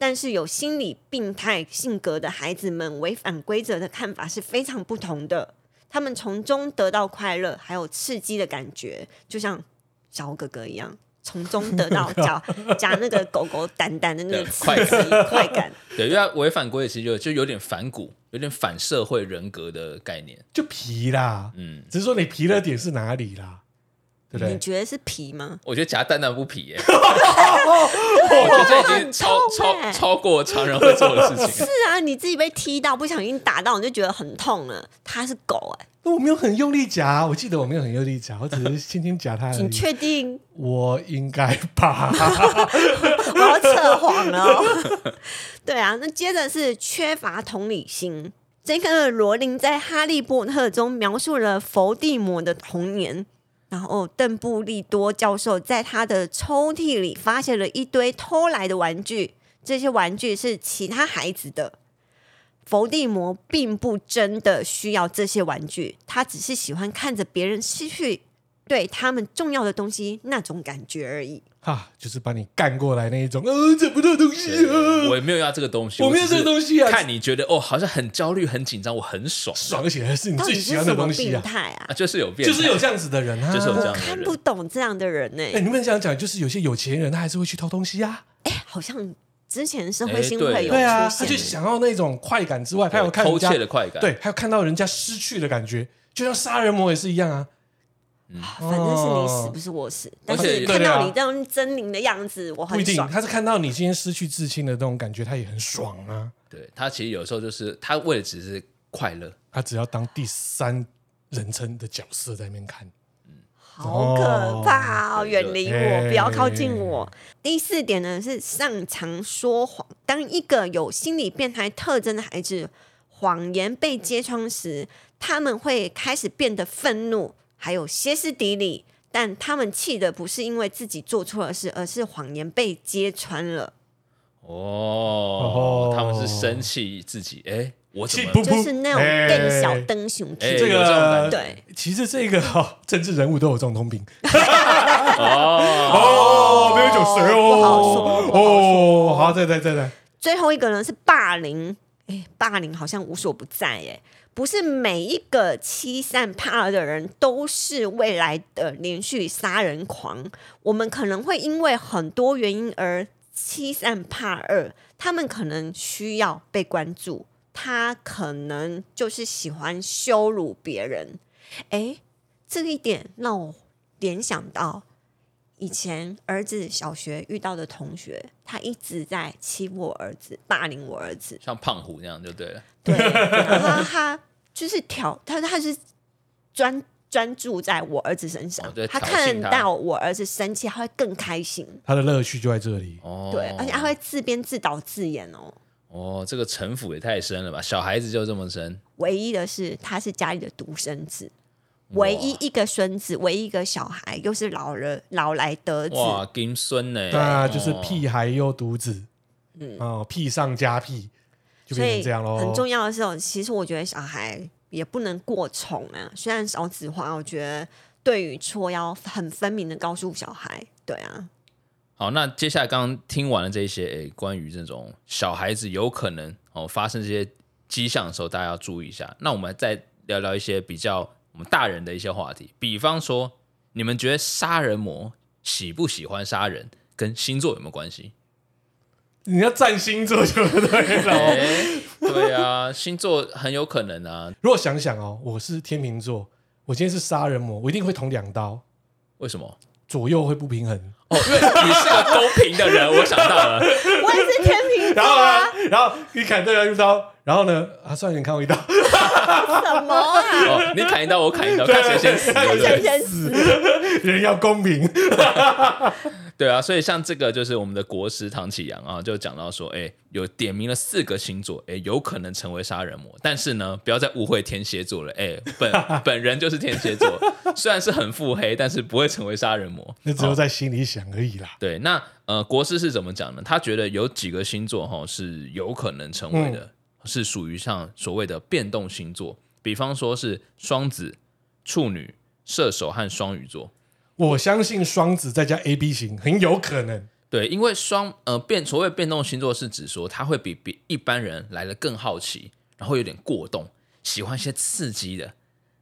B: 但是有心理病态性格的孩子们，违反规则的看法是非常不同的。他们从中得到快乐，还有刺激的感觉，就像小狗哥哥一样，从中得到夹夹那个狗狗蛋蛋的那个
C: 对
B: 刺
C: 快
B: 激快感。
C: 对，因为它违反规则，其实就就有点反骨，有点反社会人格的概念。
A: 就皮啦，
C: 嗯，
A: 只是说你皮的点是哪里啦，对不
B: 你
A: 对？
B: 觉得是皮吗？
C: 我觉得夹蛋蛋
A: <laughs>
C: 不皮耶、我觉得这已经超
B: 很痛
C: 超
B: 欸
C: 超过常人会做的事
B: 是
C: 情。
B: 啊，你自己被踢到，不小心打到，你就觉得很痛了。它是狗哎、
A: 那我没有很用力夹，我记得我没有很用力夹，我只是轻轻夹它而
B: 你
A: 已。
B: 确定？
A: 我应该吧？
B: <laughs> 我要测谎了哦。对啊，那接着是缺乏同理心。这个罗琳在《哈利波特》中描述了伏地魔的童年，然后邓布利多教授在他的抽屉里发现了一堆偷来的玩具，这些玩具是其他孩子的。伏地魔并不真的需要这些玩具，他只是喜欢看着别人失去对他们重要的东西那种感觉而已。
A: 哈，就是把你干过来那一种，呃，找不到东西
C: 对我
A: 啊，
C: 也没有要这个东西，
A: 我没有
C: 只
A: 这
C: 是
A: 个东西啊
C: 看你觉得哦，好像很焦虑、很紧张，我很爽
A: 爽，而且还是你
B: 到
A: 最
B: 底
A: 喜
B: 是
A: 欢
B: 什
A: 的
B: 么
A: 东西
B: 病
A: 啊，
B: 态啊
C: 啊，？就是有变态，
A: 就是有这样子的人啊，
C: 就是有这
B: 我
C: 样的
B: 看
C: 人
B: 不懂这样的人欸呢、
A: 哎、你们想讲，就是有些有钱人他还是会去偷东西啊，
B: 好像之前社
C: 哎
B: 会新
C: 对
B: 会有出现、
A: 对啊，他就想要那种快感之外，他有看人
C: 偷
A: 家
C: 窃的快感，
A: 对，还有看到人家失去的感觉，就像杀人魔也是一样啊。
B: 啊反正是你
A: 哦
B: 死不是我死，但是看
A: 对啊
B: 到你这样狰狞的样子，我
A: 不一
B: 很
A: 定，
B: 爽。
A: 他是看到你今天失去至亲的那种感觉，他也很爽啊。
C: 对，他其实有时候就是他为的只是快乐，
A: 他只要当第三人称的角色在那边看，
B: 好可怕哦！
C: 哦
B: 远离
A: 哎
B: 我，不要靠近我。第四点呢是擅长说谎。当一个有心理变态特征的孩子，谎言被揭穿时，他们会开始变得愤怒，还有歇斯底里。但他们气的不是因为自己做错了事，而是谎言被揭穿了，
C: 哦
A: 哦，
C: 他们是生气自己，哎，我怎
A: 气
C: 么
A: 噗
B: 就
A: 噗，
B: 是那种
A: 哎
B: 更小灯熊
C: 哎，
A: 这
B: 气。
A: 个
C: 有种感觉
B: 对，
A: 其实这个、哦、政治人物都有这种通病 <laughs>
C: 哦，
A: 哦，没有一种蛇哦，
B: 不好说不好
A: 哦，好，再来再来，
B: 最后一个呢是霸凌，哎，霸凌好像无所不在哎，不是每一个欺善怕恶的人都是未来的连续杀人狂，我们可能会因为很多原因而欺善怕恶，他们可能需要被关注，他可能就是喜欢羞辱别人，哎，这一点让我联想到以前儿子小学遇到的同学，他一直在欺负我儿子，霸凌我儿子。
C: 像胖虎那样就对了，
B: 对，然后他就是挑，他他是专专注在我儿子身上，
C: 哦对
B: 他
C: 挑衅
B: 看
C: 他
B: 到我儿子生气，他会更开心。
A: 他的乐趣就在这里。
C: 哦，
B: 对，而且他会自编自导自演哦。
C: 哦，这个城府也太深了吧，小孩子就这么深，
B: 唯一的是，他是家里的独生子，
C: 哇
B: 唯一一个孙子，唯一一个小孩，又是老人老来得子，
C: 哇，金孙呢，
A: 那啊就是
C: 哦
A: 屁孩又独子，嗯，哦，屁上加屁，就
B: 所
A: 变
B: 以
A: 成这样喽。
B: 很重要的是哦，其实我觉得小孩也不能过宠啊。虽然少子化，我觉得对与错要很分明的告诉小孩。对啊，
C: 好，那接下来刚刚听完了这些，诶，关于这种小孩子有可能哦发生这些迹象的时候，大家要注意一下。那我们再聊聊一些比较我们大人的一些话题，比方说，你们觉得杀人魔喜不喜欢杀人，跟星座有没有关系？
A: 你要占星座就 <laughs> 对了。
C: 诶哦对啊，星座很有可能啊。
A: 如果想想哦，我是天秤座，我今天是杀人魔，我一定会捅两刀，
C: 为什么？
A: 左右会不平衡。
C: 哦，因为你是个公平的人，我想到了。 <laughs>
B: 我也是天秤座
A: 然后
B: 啊，
A: 呢，然后你砍对方一刀，然后呢，啊，算了，你砍我一刀，
B: 什么啊？
C: 哦，你砍一刀，我砍一刀，看谁先死，对不
B: 谁
C: 对？
B: 先死？
A: <laughs> 人要公平。
C: <laughs> 对啊，所以像这个就是我们的国师唐启阳啊，就讲到说，哎，有点名了四个星座，哎，有可能成为杀人魔，但是呢，不要再误会天蝎座了，哎，本 <laughs> 本人就是天蝎座，虽然是很腹黑，但是不会成为杀人魔。
A: 那只有在心里想而已啦。
C: 对，那呃，国师是怎么讲呢？他觉得有几个星座哈、是有可能成为的，是属于像所谓的变动星座，比方说是双子、处女、射手和双鱼座。
A: 我相信双子再加 A B 型很有可能。
C: 对，因为双呃变所谓变动星座是指说，他会比比一般人来的更好奇，然后有点过动，喜欢一些刺激的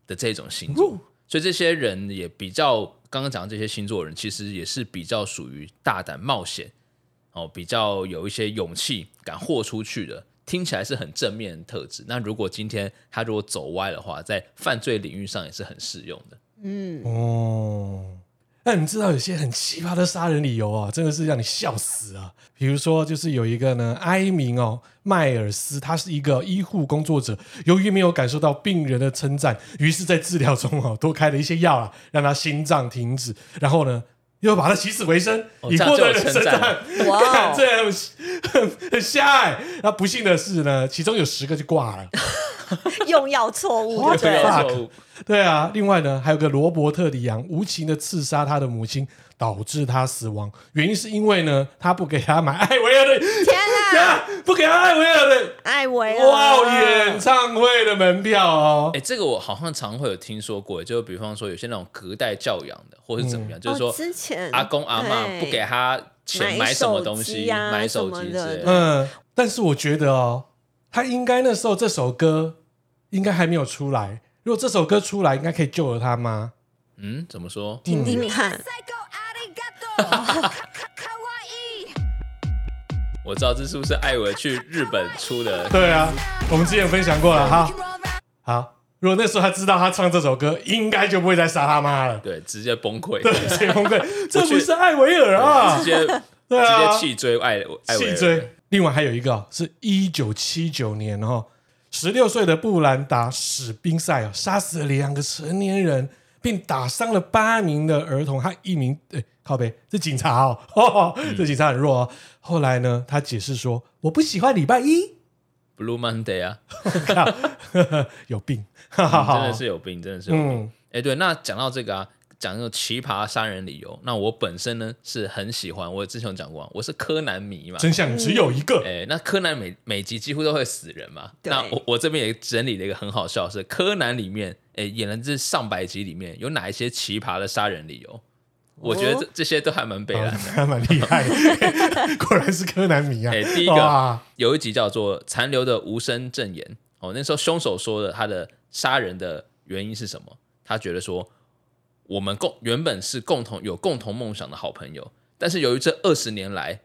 C: 的这种星座。所以这些人也比较刚刚讲的这些星座人，其实也是比较属于大胆冒险哦，比较有一些勇气敢豁出去的。听起来是很正面的特质。那如果今天他如果走歪的话，在犯罪领域上也是很适用的。
B: 嗯，
A: 哦，那你知道有些很奇葩的杀人理由啊，真的是让你笑死啊！比如说，就是有一个呢，埃明哦迈尔斯，他是一个医护工作者，由于没有感受到病人的称赞，于是在治疗中哦多开了一些药啊，让他心脏停止，然后呢。又把他起死回
B: <laughs>
A: 生，
C: 哦
A: 以
C: 这样
A: 获得
C: 就有
A: 人
C: 称
A: 称
C: 赞
A: 赞
C: 了，
B: 哇哦
A: 看这很 <laughs> 很很瞎哎、那不幸的是呢，其中有十个就挂了。
B: 用药错
A: <laughs>
B: 误，对
A: 我
B: 不 <laughs> 对
A: 觉得
B: 了？
C: <laughs>
A: fuck 对啊，另外呢，还有个罗伯特·里昂无情的刺杀他的母亲，导致他死亡。原因是因为呢，他不给他买艾维尔的，
B: 天啊，
A: 天啊，不给他艾维尔的，
B: 艾维尔
A: 哇哦，演唱会的门票哦
C: 哎、，这个我好像常会有听说过，就比方说有些那种隔代教养的，或是
A: 嗯
C: 怎么样，就是说、
B: 哦、之前
C: 阿公阿妈不给
B: 对
C: 他钱
B: 买
C: 买什么
B: 手
C: 东
B: 机
C: 西，
B: 呀
C: 买
B: 什
C: 手
B: 么
C: 机之
B: 的
C: 类的。
A: <laughs> 嗯，但是我觉得哦，他应该那时候这首歌应该还没有出来。如果这首歌出来，应该可以救了他妈。
C: 嗯，怎么说？
B: 听听看，
C: 我知道这是不是艾维去日本出的？
A: 对啊，我们之前分享过了哈。
D: 好，
A: 好，如果那时候他知道他唱这首歌，应该就不会再杀他妈了。
C: 对，直接崩溃，
A: 对，谁崩溃？ <laughs> 这不是艾维尔啊！
C: 直接直
A: 对啊，
C: 接气追艾艾维
A: 气
C: 尔
A: 追。另外还有一个、哦、是一九七九年哦，十六岁的布兰达·史宾塞哦，杀死了两个成年人，并打伤了八名的儿童和一名诶、靠背，这警察哦， <laughs> 哦
C: 嗯
A: 这警察很弱哦。后来呢，他解释说：“我不喜欢礼拜一， <laughs>
C: Blue Monday 啊，
A: 靠呵呵有病，哈哈哈
C: 嗯真的是有病，真的是有病。
A: 嗯，
C: 哎、对，那讲到这个啊，讲那种奇葩杀人理由，那我本身呢是很喜欢，我之前有讲过啊，我是柯南迷嘛，
A: 真相只有一个，
C: 哎，那柯南每每集几乎都会死人嘛。
B: 对
C: 那我我这边也整理了一个很好笑的是，柯南里面，哎，演了这上百集里面有哪一些奇葩的杀人理由？我觉得这这些都还蛮悲哀
A: 啊
C: 的。
A: <laughs> 还蛮厉害的， <laughs> 果然是柯南迷啊。
C: 哎第一个
A: 哇
C: 有一集叫做《残留的无声证言》，哦，那时候凶手说的他的杀人的原因是什么？他觉得说我们共原本是共同有共同梦想的好朋友，但是由于这二十年来，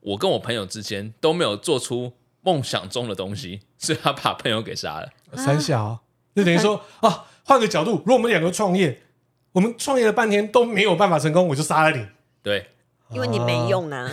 C: 我跟我朋友之间都没有做出梦想中的东西，所以他把朋友给杀了。
A: 啊三小，就等于说啊，换个角度，如果我们两个创业，我们创业了半天都没有办法成功，我就杀了你。 <laughs>
C: 对，
B: 因为你没用啊，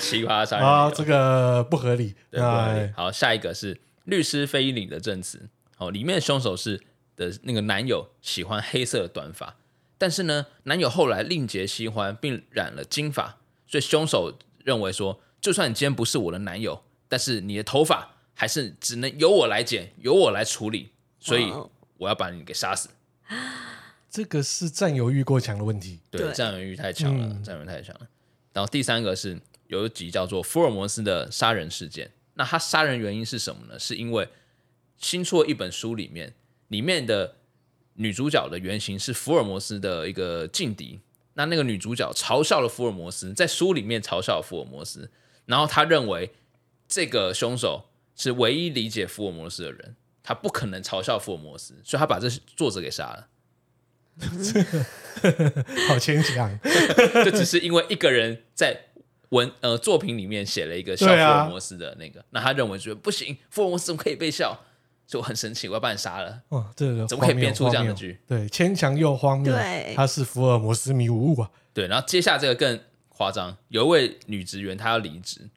C: 奇葩杀人理由
A: 啊啊，这个不合理。
C: 对不合理
A: 哎
C: 好，下一个是律师菲伊里的证词。哦，里面凶手是的那个男友喜欢黑色的短发，但是呢，男友后来另结新欢，并染了金发，所以凶手认为说，就算你今天不是我的男友，但是你的头发还是只能由我来剪，由我来处理，所以
B: 哇哦
C: 我要把你给杀死。
A: 这个是占有欲过强的问题。
C: 对，
B: 对
C: 占有欲太强了，占有欲太强了。然后第三个是有一集叫做《福尔摩斯的杀人事件》，那他杀人原因是什么呢？是因为新出的一本书里面，里面的女主角的原型是福尔摩斯的一个劲敌，那那个女主角嘲笑了福尔摩斯，在书里面嘲笑了福尔摩斯，然后她认为这个凶手是唯一理解福尔摩斯的人，他不可能嘲笑福尔摩斯，所以他把这作者给杀了。
A: 好牵强。
C: 这只是因为一个人在文呃作品里面写了一个笑福
A: 对啊
C: 尔摩斯的那个，那他认为觉得不行，福尔摩斯怎么可以被笑？所以我很生气，我要把你杀了。
A: 哇，这个
C: 怎么可以
A: 荒谬
C: 编出这样的
A: 荒谬
C: 剧
A: 对，牵强又荒谬。
B: 对
A: 他是福尔摩斯迷无误啊。
C: 对，然后接下来这个更夸张，有一位女职员她要离职，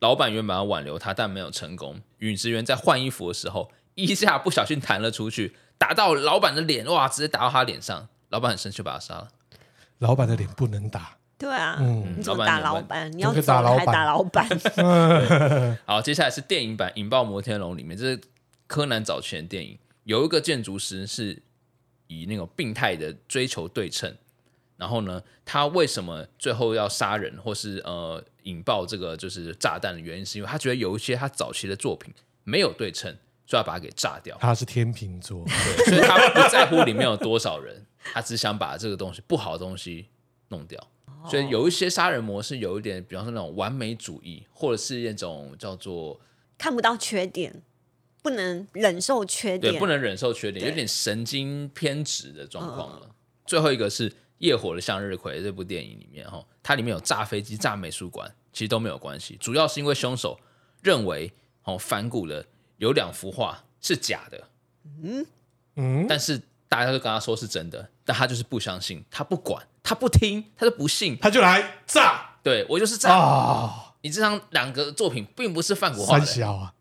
C: 老板原本要挽留她，但没有成功。女职员在换衣服的时候，衣架不小心弹了出去，打到老板的脸，哇，直接打到她脸上。老板很生气，把她杀了。
A: 老板的脸不能打，
B: 对啊，
A: 嗯
B: 你怎么打老
C: 老
B: 板？你
A: 怎
B: 要
A: 么可以
B: 走
A: 打老
B: 还打老板？
C: 好，接下来是电影版《引爆摩天楼》里面，这是柯南早期的电影，有一个建筑师是以那种病态的追求对称，然后呢，他为什么最后要杀人或是呃引爆这个就是炸弹的原因，是因为他觉得有一些他早期的作品没有对称，所以要把它给炸
A: <laughs>
C: 掉，
A: 他是天秤座，
C: 对所以他不在乎里面有多少人，他只想把这个东西不好的东西弄掉。所以有一些杀人模式有一点，比方说那种完美主义，或者是那种叫做
B: <laughs> 看不到缺点，不能忍受缺
C: 对，
B: 点，
C: 不能忍受缺点，
B: 对嗯
C: 有点神经偏执的状况了。最后一个是《夜火的向日葵》这部电影里面，哈，它里面有炸飞机、炸美术馆，其实都没有关系，主要是因为凶手认为，哦，反骨的有两幅画是假的，
A: 嗯，
C: 但是大家都跟他说是真的，但他就是不相信，他不管，他不听，他就不信，
A: 他就来炸
C: 对我就是炸。
A: 啊！
C: 你这张两个作品并不是梵谷画
A: 三
C: 的，
A: 小啊，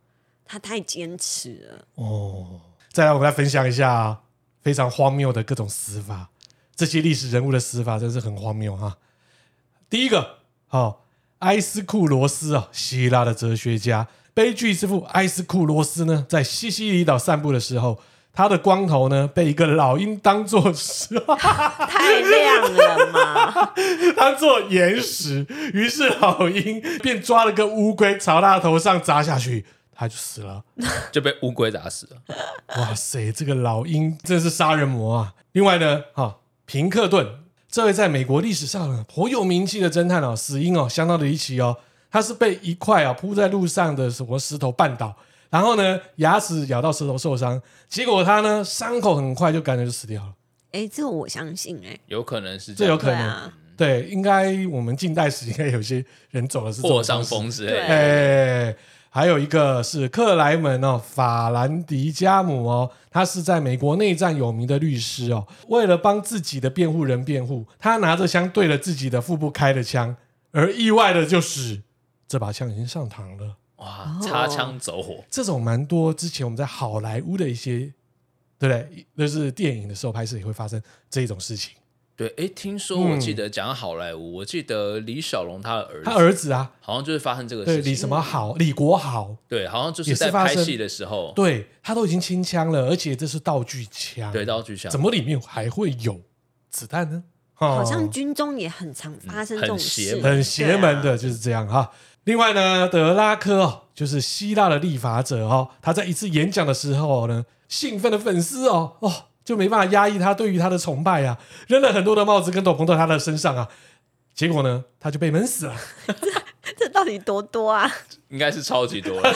B: 他太坚持了。
A: 哦，再来我们来分享一下非常荒谬的各种死法，这些历史人物的死法真是很荒谬哈。第一个，好、埃斯库罗斯啊，希腊的哲学家，悲剧之父埃斯库罗斯呢，在西西里岛散步的时候，他的光头呢被一个老鹰当做是。
B: 太亮了嘛！
A: <laughs>
B: <laughs>
A: 当做岩石，于是老鹰便抓了个乌龟朝他头上砸下去，他就死了。
C: 就被乌龟砸死了。
A: 哇塞，这个老鹰真是杀人魔啊！另外呢，哈、平克顿这位在美国历史上呢颇有名气的侦探哦，死因哦相当的离奇哦，他是被一块啊铺在路上的什么石头绊倒，然后呢牙齿咬到石头受伤，结果他呢伤口很快就感染就死掉了，
B: 哎，这个我相信哎，
C: 有可能是
A: 这
C: 这
A: 有
C: 样，
A: 可
B: 对
A: 能。
B: 啊，
A: 对，应该我们近代史应该有些人走的是这种
C: 破伤
A: 方式
C: 风之类
B: 对
C: 的。
A: 哎、还有一个是克莱门哦，法兰迪加姆哦，他是在美国内战有名的律师哦。为了帮自己的辩护人辩护，他拿着枪对着自己的腹部开了枪，而意外的就是这把枪已经上膛了。哦
C: 哇，擦枪走火，
A: 这种蛮多，之前我们在好莱坞的一些，对不对？就是电影的时候拍摄也会发生这种事情。
C: 对，哎，听说
A: 嗯
C: 我记得讲好莱坞，我记得李小龙他的儿子，
A: 他儿子啊，
C: 好像就是发生这个
A: 对
C: 事
A: 李
C: 情，
A: 什么好，李国豪，
C: 对，好像就
A: 也
C: 是
A: 是
C: 在
A: 发
C: 拍
A: 生
C: 戏的时候，
A: 对他都已经清枪了，而且这是道具枪，
C: 对，道具枪
A: 怎么里面还会有子弹呢？
B: 好
A: 好
B: 像军中也很常发生这种事，
C: 嗯
A: 哦很邪门
B: 对啊。
A: 的，就是这样哈。另外呢，德拉科哦，就是希腊的立法者哦，他在一次演讲的时候呢，兴奋的粉丝哦哦，就没办法压抑他对于他的崇拜啊，扔了很多的帽子跟斗篷到他的身上啊，结果呢，他就被闷
C: <laughs>
A: 死了。
B: 啊这到底多多啊？
C: 应该是超
A: <laughs>
C: 级多了，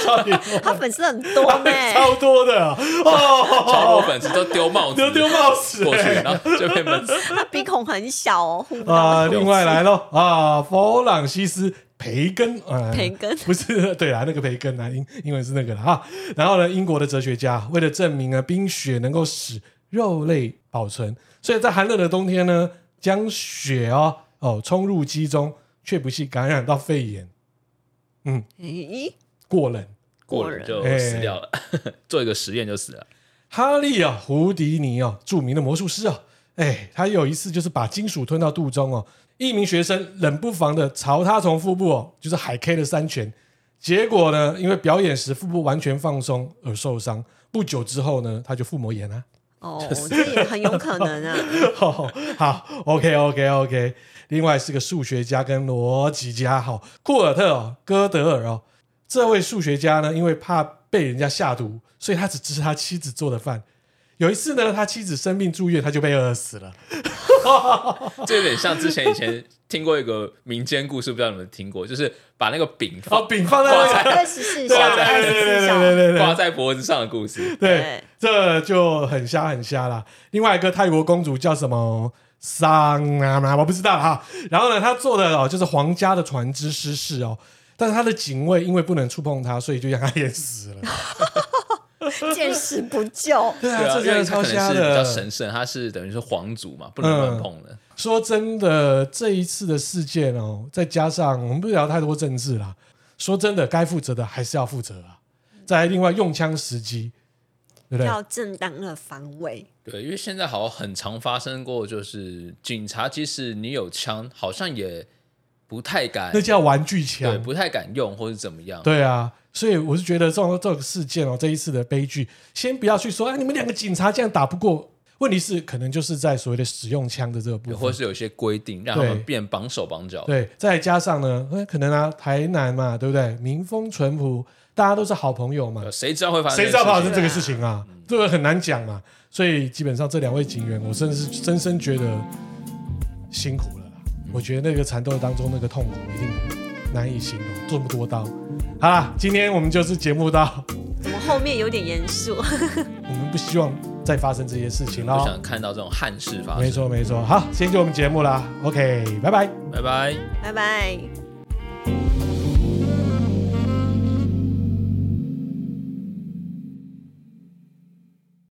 B: 他粉丝很多呢，
A: 超多的啊哦，
C: 超多粉丝都丢帽子
A: 丢丢帽子、
C: 过去，
A: 欸 <laughs>
C: 然后就被闷死。
B: 他鼻孔很小哦，护
A: 啊、
B: 到
A: 另外来喽啊，弗朗西斯·培根，呃、
B: 培根
A: 不是对啦，那个培根啊，英英文是那个啦啊。然后呢，英国的哲学家为了证明呢冰雪能够使肉类保存，所以在寒冷的冬天呢，将雪哦哦冲入鸡中，却不幸感染到肺炎，
B: 咦，
A: 过冷。
C: 过了就死掉了， <laughs> 做一个实验就死了。
A: 哈利啊，胡迪尼啊，著名的魔术师啊，哎，他有一次就是把金属吞到肚中哦，一名学生冷不防的朝他从腹部哦，就是海 K 了三拳，结果呢，因为表演时腹部完全放松而受伤，不久之后呢，他就腹膜炎啊。
B: 哦，这也很有可能
A: <laughs>
B: 啊。
A: 哦、好，OK OK OK。另外是个数学家跟逻辑家，好，库尔特、哦、哥德尔哦，这位数学家呢，因为怕被人家下毒，所以他只吃他妻子做的饭。有一次呢，他妻子生病住院，他就被饿死了。
C: 这有点像之前以前听过一个民间故事，不知道你们听过，就是把那个饼
A: 哦，
C: 放
A: 饼放在那
C: 挂
A: 里，
C: 在
B: 二十
A: 对
B: 四小时，
A: 对
B: 二十
A: 对对
B: 四
A: 对
B: 小
A: 对
B: 时，
A: 对对
C: 挂在脖子上的故事。
A: <laughs> 对
B: 对，
A: 这就很瞎很瞎啦。另外一个泰国公主叫什么桑啊嘛，我不知道哈。然后呢，她做的哦就是皇家的船只失事哦，但是她的警卫因为不能触碰她，所以就让她淹死了。
B: 见死不救。
A: 对啊，
C: 对啊，
A: 这
C: 因
A: 真
C: 为
A: 的
C: 它
A: 超
C: 可能
A: 瞎
C: 是比较
A: 的。嗯
C: 神圣，它是等于是皇族嘛，不能乱碰的。
A: 说真的，这一次的事件哦，再加上我们不聊太多政治啦，说真的，该负责的还是要负责啊。再来另外用枪时机，对不对？
B: 要正当的防卫，
C: 对，因为现在好像很常发生过，就是警察即使你有枪，好像也不太敢
A: 那，叫玩具枪
C: 对，，不太敢用或者怎么样。
A: 对啊，所以我是觉得这种这个事件哦，这一次的悲剧，先不要去说，哎，你们两个警察这样打不过，问题是可能就是在所谓的使用枪的这个部
C: 或
A: 分。
C: 是有一哦些规定让他
A: 对
C: 们变绑手绑脚。
A: 对，再加上呢，哎可能啊，台南嘛，对不对？民风淳朴，大家都是好朋友嘛
C: 呃，，谁知道会发生？
A: 谁知道发生
B: 情
A: 这个事情啊？
C: 嗯
A: 这个很难讲嘛。所以基本上这两位警员，我真是深深觉得辛苦了啦。
C: 嗯
A: 我觉得那个缠斗当中那个痛苦一定难以形容，这么多刀。好啦，今天我们就是节目到。
B: 怎么后面有点严肃？ <laughs>
A: 我们不希望再发生这些事情啊
C: 不
A: 了。
C: 想看到这种憾事发生。
A: 没错，没错。好，今天就我们节目啦。OK，拜拜。
C: 拜拜。
B: 拜拜。